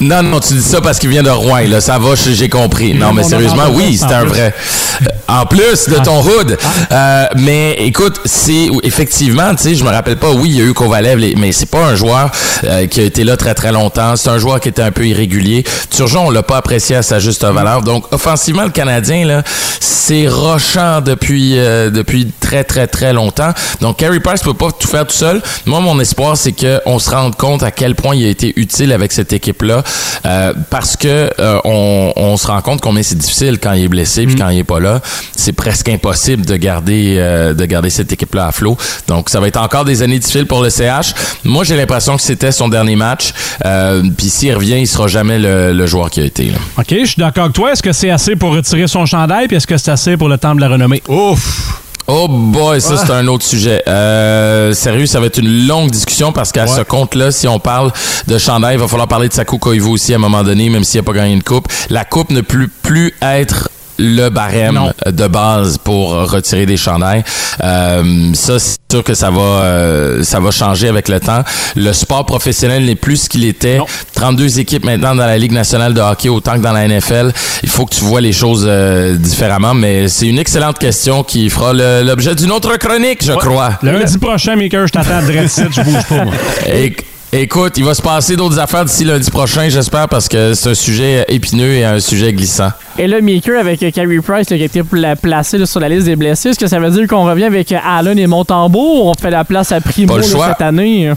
S12: Non, non, tu dis ça parce qu'il vient de Rouen, là. Ça va, j'ai j'ai compris. Non, mais
S4: On en
S12: sérieusement,
S4: parle
S12: oui,
S4: pas,
S12: c'est
S4: en
S12: un
S4: plus. Ah.
S12: vrai. Euh, En plus de ton hood. Euh, mais écoute, c'est effectivement, tu sais, je me rappelle pas, oui, il y a eu Kovalev, les- mais c'est pas un joueur euh, qui a été là très très longtemps. C'est un joueur qui était un peu irrégulier. Turgeon, on l'a pas apprécié à sa juste valeur.
S4: Mm.
S12: Donc, offensivement, le Canadien, là, c'est rochant depuis, euh, depuis très très très longtemps. Donc, Carey Price peut pas tout faire tout seul. Moi, mon espoir, c'est qu'on se rende compte à quel point il a été utile avec cette équipe-là euh, parce que euh, on, on se rend compte combien c'est difficile quand il est blessé puis quand il est pas là. C'est presque impossible de garder, euh, de garder cette équipe-là à flot. Donc, ça va être encore des années difficiles pour le CH. Moi, j'ai l'impression que c'était son dernier match. Euh, puis s'il revient, il sera jamais le, le joueur qu'il a été. là.
S4: OK, je suis d'accord avec toi. Est-ce que c'est assez pour retirer son chandail puis est-ce que c'est assez pour le temps de la renommée?
S2: Ouf!
S12: Oh boy, ça c'est un autre sujet. Euh, sérieux, ça va être une longue discussion parce qu'à ce compte-là, si on parle de chandail, il va falloir parler de Sakou Koivu aussi à un moment donné, même s'il n'a pas gagné une coupe. La coupe ne peut plus être le barème de base pour retirer des chandails. Euh, ça, c'est sûr que ça va, euh, ça va changer avec le temps. Le sport professionnel n'est plus ce qu'il était. 32 équipes maintenant dans la Ligue nationale de hockey, autant que dans la NFL. Il faut que tu vois les choses euh, différemment, mais c'est une excellente question qui fera le- l'objet d'une autre chronique, je crois.
S4: Lundi prochain, Maker, je t'attends à Dreadset, je bouge pas. moi.
S12: Éc- Écoute, il va se passer d'autres affaires d'ici lundi prochain, j'espère, parce que c'est un sujet épineux et un sujet glissant.
S3: Et là, Maker avec euh, Carey Price là, qui a été pla- placé là, sur la liste des blessés, est-ce que ça veut dire qu'on revient avec euh, Allen et Montembeau? On fait la place à Primo
S12: Pas le
S3: là,
S12: choix.
S3: cette année?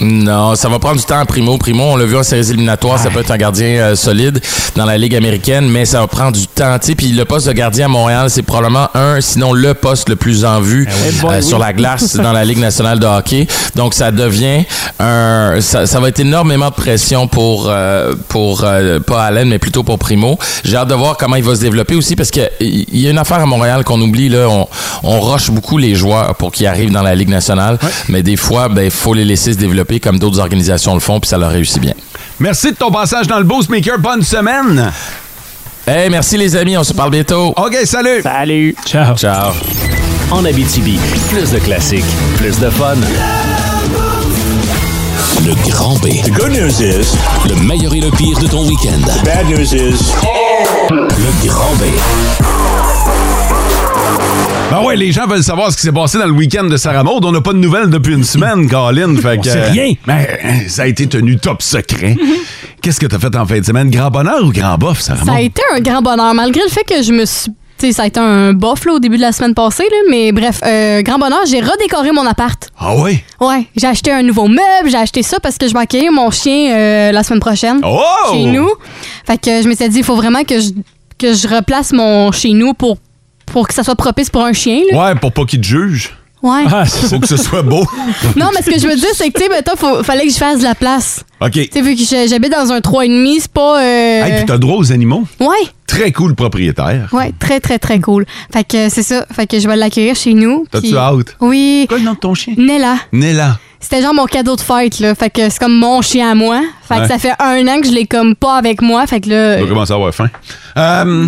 S12: Non, ça va prendre du temps à Primo. Primo, on l'a vu en séries éliminatoires, ça peut être un gardien euh, solide dans la Ligue américaine, mais ça va prendre du temps. tu sais. Puis le poste de gardien à Montréal, c'est probablement un, sinon le poste le plus en vue
S13: oui.
S12: euh,
S13: Eh boy,
S12: sur
S13: oui.
S12: la glace dans la Ligue nationale de hockey. Donc ça devient un... Ça, ça va être énormément de pression pour, euh, pour euh, pas Allen, mais plutôt pour Primo. J'ai hâte de voir comment il va se développer aussi, parce qu'il y y a une affaire à Montréal qu'on oublie. Là, on, on roche beaucoup les joueurs pour qu'ils arrivent dans la Ligue nationale, mais des fois, il faut les laisser se développer comme d'autres organisations le font, puis ça leur réussit bien.
S2: Merci de ton passage dans le Boostmaker. Bonne semaine.
S12: Hey, merci les amis. On se parle bientôt.
S2: OK, salut.
S3: Salut.
S4: Ciao.
S12: Ciao.
S1: En Abitibi, plus de classiques, plus de fun. Le grand B. The good news is... Le meilleur et le pire de ton week-end. bad news is... Le grand B.
S2: Ben ouais, les gens veulent savoir ce qui s'est passé dans le week-end de Sarah Maud. On n'a pas de nouvelles depuis une semaine, Colin. Fait
S4: On
S2: que,
S4: sait
S2: euh,
S4: rien.
S2: Ben, euh, ça a été tenu top secret. Qu'est-ce que t'as fait en fin de semaine? Grand bonheur ou grand bof, Sarah
S5: Mhm. Ça a
S2: Maud?
S5: été un grand bonheur, malgré le fait que je me suis. tu sais, ça a été un bof là, au début de la semaine passée, là, mais bref, euh, grand bonheur, j'ai redécoré mon appart.
S2: Ah ouais?
S5: Ouais, j'ai acheté un nouveau meuble, j'ai acheté ça parce que je vais accueillir mon chien euh, la semaine prochaine
S2: Oh!
S5: chez nous. Fait que je m'étais dit, il faut vraiment que je, que je replace mon chez nous pour, pour que ça soit propice pour un chien. là.
S2: Ouais, pour pas qu'ils te jugent.
S5: Ouais.
S4: Ah,
S2: Faut que ce soit beau.
S5: Non, mais ce que je veux dire, c'est que, tu sais, mettons, faut- fallait que je fasse de la place.
S2: OK.
S5: Tu sais, vu que j'ai- j'habite dans un 3,5, c'est pas. euh,
S2: Hey, puis t'as droit aux animaux?
S5: ouais.
S2: Très cool propriétaire.
S5: Ouais, très, très, très cool. Fait que euh, c'est ça. Fait que je vais l'accueillir chez nous.
S2: T'as-tu
S5: puis-
S2: hâte?
S5: Oui. Quoi
S2: le nom de ton chien?
S5: Nella.
S2: Nella.
S5: C'était genre mon cadeau de fête, là. Fait que c'est comme mon chien à moi. Fait que
S2: Ouais.
S5: ça fait un an que je l'ai comme pas avec moi. Fait que là.
S2: On va commencer à avoir faim. Euh,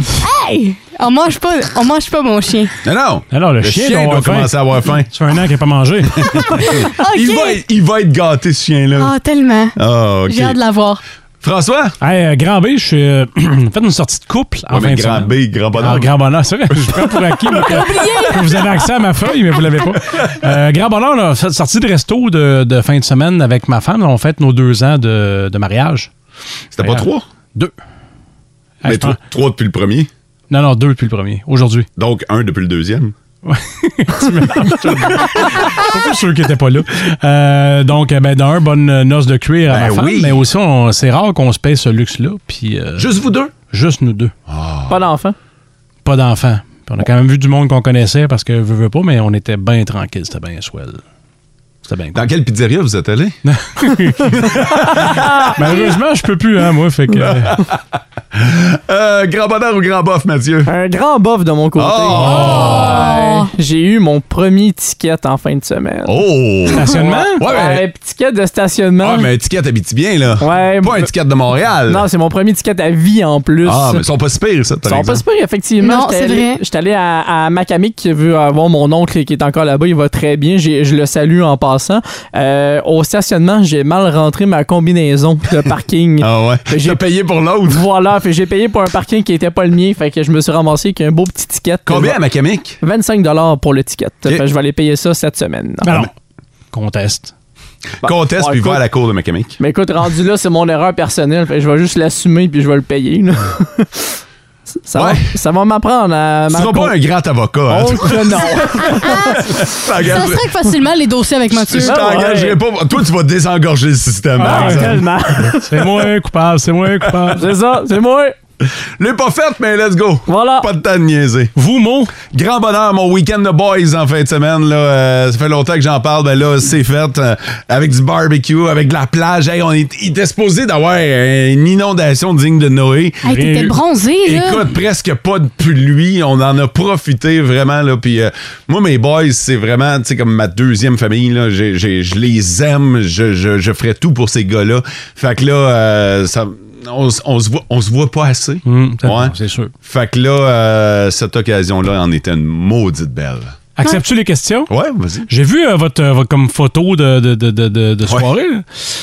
S5: Hey! On mange pas, on mange pas mon chien.
S2: non, non.
S4: Alors, le, chien, doit avoir faim.
S2: commencer à avoir faim.
S4: Ça fait un an qu'il n'a pas mangé.
S2: il, va, être- il va être gâté, ce
S5: Ah,
S2: chien-là.
S5: tellement.
S2: Ah, OK.
S5: J'ai hâte de l'avoir.
S2: François?
S4: Hey, euh, grand B, je suis. euh, fait une sortie de couple en
S2: Ouais,
S4: fin
S2: mais
S4: de
S2: grand
S4: semaine.
S2: B, grand bonheur.
S4: Ah, grand bonheur, c'est vrai. Je prends pour acquis mais que- que vous avez accès à ma feuille, mais vous l'avez pas. Euh, grand bonheur, on a fait- sorti de resto de, de fin de semaine avec ma femme. On fête nos deux ans de, de mariage.
S2: C'était pas trois?
S4: Deux. Ah,
S2: Mais
S4: je
S2: trois,
S4: pense-
S2: trois depuis le premier.
S4: Non, non, deux depuis le premier, aujourd'hui.
S2: Donc, un depuis le deuxième.
S4: Surtout ceux qui n'étaient pas là. Euh, donc, euh, ben, d'un, bonne noce de cuir à
S2: Ben
S4: ma femme,
S2: oui.
S4: mais aussi, on- c'est rare qu'on se paye ce luxe-là. Puis, euh,
S2: Juste vous deux? Ah.
S4: Juste nous deux.
S3: Pas d'enfant.
S4: Pas d'enfants. Puis on a quand même vu du monde qu'on connaissait parce que veux, veux pas, mais on était bien tranquille, c'était bien swell. C'était bien
S2: Dans quelle pizzeria vous êtes allé?
S4: Malheureusement, je peux plus, hein, moi, fait que.
S2: Oh. Euh, grand bonheur ou grand bof, Mathieu? Oh!
S3: Un grand bof de mon côté.
S5: Oh!
S3: Ouais. J'ai eu mon premier ticket en fin de semaine.
S2: Oh!
S4: Stationnement?
S3: Ouais,
S2: Ouais, mais-
S3: ouais, ticket de stationnement.
S2: Ah, mais un ticket habite bien, là.
S3: Ouais,
S2: Pas un ticket de Montréal.
S3: Non, c'est mon premier ticket à vie en plus.
S2: Ah, mais ils sont pas si pires, ça,
S3: Ils
S2: par
S3: sont pas
S2: exemple.
S3: super, effectivement.
S5: Non,
S3: J'étais
S5: c'est
S3: allé-
S5: vrai.
S3: J'étais allé à, à Macamic qui veut avoir mon oncle qui est encore là-bas. Il va très bien. J'ai- Je le salue en passant. Euh, au stationnement, j'ai mal rentré ma combinaison de parking.
S2: Ah ouais.
S3: Fait que J'ai
S2: payé pour l'autre.
S3: Voilà, fait que j'ai payé pour un parking qui était pas le mien. Fait que je me suis ramassé avec un beau petit ticket.
S2: Combien à Macamic?
S3: 25 pour le ticket. Fait que je vais aller payer ça cette semaine.
S2: Ah,
S4: Alors, conteste.
S3: Bon,
S2: Conteste
S3: bon,
S2: puis
S3: écoute.
S2: va à la cour de Macamic.
S3: Mais écoute, rendu là, c'est mon erreur personnelle. Fait que je vais juste l'assumer puis je vais le payer. là. ça,
S2: Ouais.
S3: va, ça va m'apprendre à.
S2: Tu
S3: ma-
S2: seras pas un grand avocat. hein,
S3: Oh
S2: toi.
S3: que non.
S2: Tu
S5: Ça
S2: t'engagerais-
S5: se règle facilement les dossiers avec Mathieu.
S2: tu
S4: Ah,
S2: t'engagerais pas. Toi, tu vas désengorger le système. par exemple.
S4: C'est moi coupable, c'est moi coupable.
S3: C'est ça, c'est moi.
S2: L'ai pas faite, mais let's go.
S3: Voilà.
S2: Pas de temps de niaiser.
S4: Vous, mon.
S2: Grand bonheur, mon week-end de boys en fin de semaine. Là, Euh, ça fait longtemps que j'en parle, mais là, c'est fait. euh, avec du barbecue, avec de la plage. Hey, on est, il était supposé d'avoir euh, une inondation digne de Noé.
S5: Hey,
S2: Rien
S5: t'étais
S2: eu.
S5: bronzé, là.
S2: Écoute, presque pas de pluie. On en a profité vraiment. Là, puis, euh, moi, mes boys, c'est vraiment tu sais, comme ma deuxième famille. Là, J'ai- j'ai- je les aime. Je, je, je ferai tout pour ces gars-là. Fait que là, euh, ça- on, s- on se voit, on se voit pas assez.
S4: Hum, peut-être
S2: Ouais.
S4: pas, C'est sûr.
S2: Fait que là, euh, cette occasion-là en était une maudite belle.
S4: Acceptes-tu les questions?
S2: Ouais, vas-y.
S4: J'ai vu euh, votre, euh, votre comme photo de, de, de, de- de- de
S2: Ouais.
S4: soirée. là.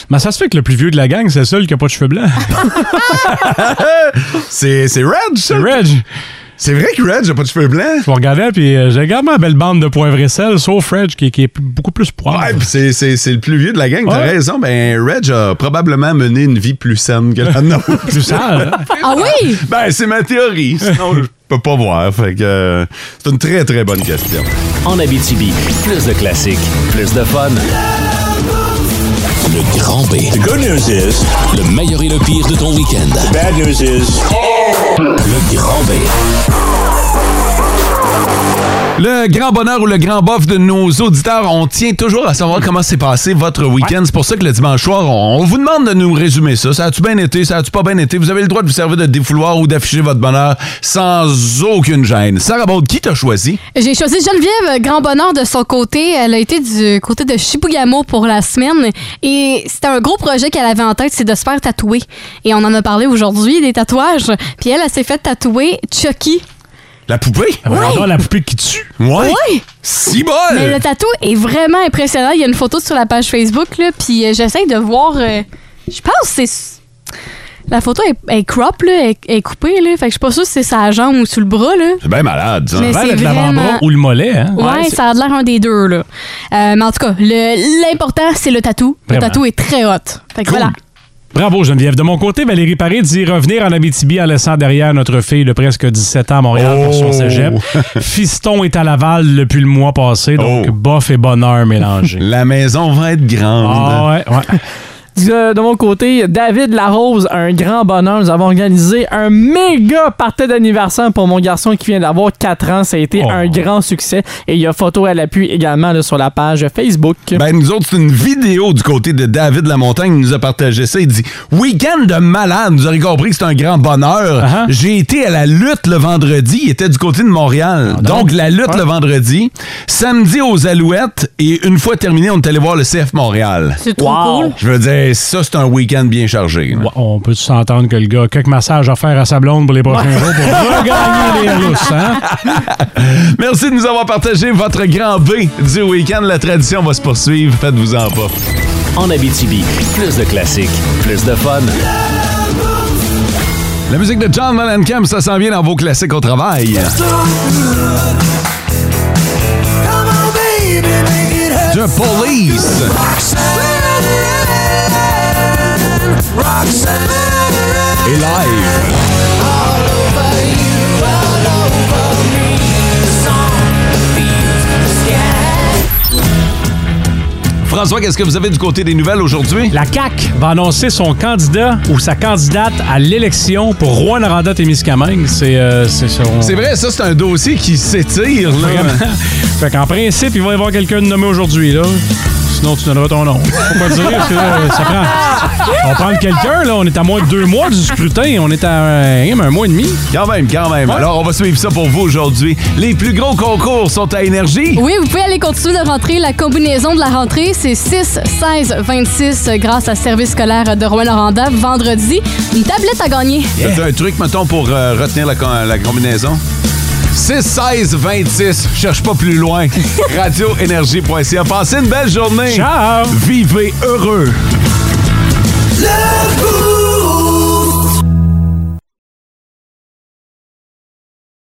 S4: Mais ça se fait que le plus vieux de la gang, c'est le seul qui a pas de cheveux blancs.
S2: C'est, c'est Reg, ça?
S4: Reg.
S2: C'est vrai que Reg a pas de cheveux blancs?
S4: Je me regardais, puis euh, j'ai également ma belle bande de poivre et sel, sauf Reg, qui, qui est p- beaucoup plus poivre.
S2: Ouais, pis c'est, c'est, c'est le plus vieux de la gang, t'as
S4: Ouais.
S2: raison. Ben, Reg a probablement mené une vie plus saine que la nôtre.
S4: plus sale. hein?
S5: Ah oui?
S2: ben, c'est ma théorie. Sinon, je peux pas voir. Fait que euh, c'est une très, très bonne question.
S1: En Abitibi, plus de classiques, plus de fun. Le grand B. The good news is. Le meilleur et le pire de ton week-end. bad news is. Le grand B.
S2: Le grand bonheur ou le grand bof de nos auditeurs, on tient toujours à savoir comment s'est passé votre week-end. C'est pour ça que le dimanche soir, on, on vous demande de nous résumer ça. Ça a-tu bien été? Ça a-tu pas bien été? Vous avez le droit de vous servir de défouloir ou d'afficher votre bonheur sans aucune gêne. Sarah Baud, qui t'a choisi?
S5: J'ai choisi Geneviève Grand Bonheur de son côté. Elle a été du côté de Shibugamo pour la semaine. Et c'était un gros projet qu'elle avait en tête, c'est de se faire tatouer. Et on en a parlé aujourd'hui, des tatouages. Puis elle, elle s'est fait tatouer Chucky.
S2: La poupée?
S5: Ouais.
S4: On Ah, la poupée qui tue.
S2: Ouais?
S5: Oui!
S2: Si bol!
S5: Mais le tatou est vraiment impressionnant. Il y a une photo sur la page Facebook, là, puis euh, j'essaie de voir. euh, je pense que c'est. La photo est, est crop, là, est, est coupée, là. Fait que je suis pas sûre si c'est sa jambe ou sous le bras, là.
S2: C'est bien malade, ça.
S5: Mais
S4: Ça va
S5: c'est
S4: être l'avant-bras
S5: vraiment-
S4: ou le mollet, hein?
S5: Ouais, ça a l'air un des deux, là. Euh, mais en tout cas, le- l'important, c'est le tatou. Le
S4: Vraiment.
S5: tatou est très hot. Fait que voilà.
S4: Bravo Geneviève. De mon côté, Valérie Paré dit revenir en Abitibi en laissant derrière notre fille de presque 17 ans à Montréal pour son
S2: Oh!
S4: cégep. Fiston est à Laval depuis le mois passé, donc bof et bonheur mélangés.
S2: Oh! La maison va être grande.
S4: Ah ouais, ouais.
S3: euh, De, de mon côté, David Larose, un grand bonheur. Nous avons organisé un méga party d'anniversaire pour mon garçon qui vient d'avoir 4 ans. Ça a
S2: Oh.
S3: été un grand succès. Et il y a photo à l'appui également là, sur la page Facebook.
S2: Ben, nous autres, c'est une vidéo du côté de David Lamontagne qui nous a partagé ça. Il dit Week-end de malade, vous aurez compris que c'est un grand bonheur.
S5: Ah,
S2: J'ai été à la lutte le vendredi, il était du côté de Montréal.
S5: Ah,
S2: donc, la lutte le vendredi, samedi aux Alouettes, et une fois terminé, on est allé voir le CF Montréal.
S5: C'est trop cool.
S2: Je veux dire, ça, c'est un week-end bien chargé. là.
S4: Ouais, on peut s'entendre que le gars a quelques massages à faire à sa blonde pour les
S2: Ben,
S4: prochains jours pour regagner les rousses, hein?
S2: Merci de nous avoir partagé votre grand B du week-end. La tradition va se poursuivre. Faites-vous en pas.
S1: En Abitibi, plus de classiques, plus de fun.
S2: La musique de John Mellencamp, ça s'en vient dans vos classiques au travail. The Police. Et live. François, qu'est-ce que vous avez du côté des nouvelles aujourd'hui?
S4: La CAQ va annoncer son candidat ou sa candidate à l'élection pour Rouen-Noranda-Témiscamingue. C'est euh, c'est son-
S2: C'est vrai, ça, c'est un dossier qui s'étire. là.
S4: Vraiment. euh, fait qu'en principe, il va y avoir quelqu'un de nommé aujourd'hui, là. Sinon, tu donneras ton nom. Faut pas dire, parce que là, ça prend. On prend quelqu'un, là. On est à moins de deux mois du scrutin. On est à euh, un mois et demi.
S2: Quand même, quand même. Alors, on va suivre ça pour vous aujourd'hui. Les plus gros concours sont à Énergie.
S5: Oui, vous pouvez aller continuer de rentrer. La combinaison de la rentrée, c'est 6, 16, 26 euh, grâce à Service scolaire de Rouen-Noranda. Vendredi, une tablette à gagner.
S2: T'as un truc, mettons, pour euh, retenir la, com- la combinaison? 6, 16, 26. Cherche pas plus loin. Radioénergie.ca. Passez une belle journée. Ciao. Vivez heureux.
S6: Le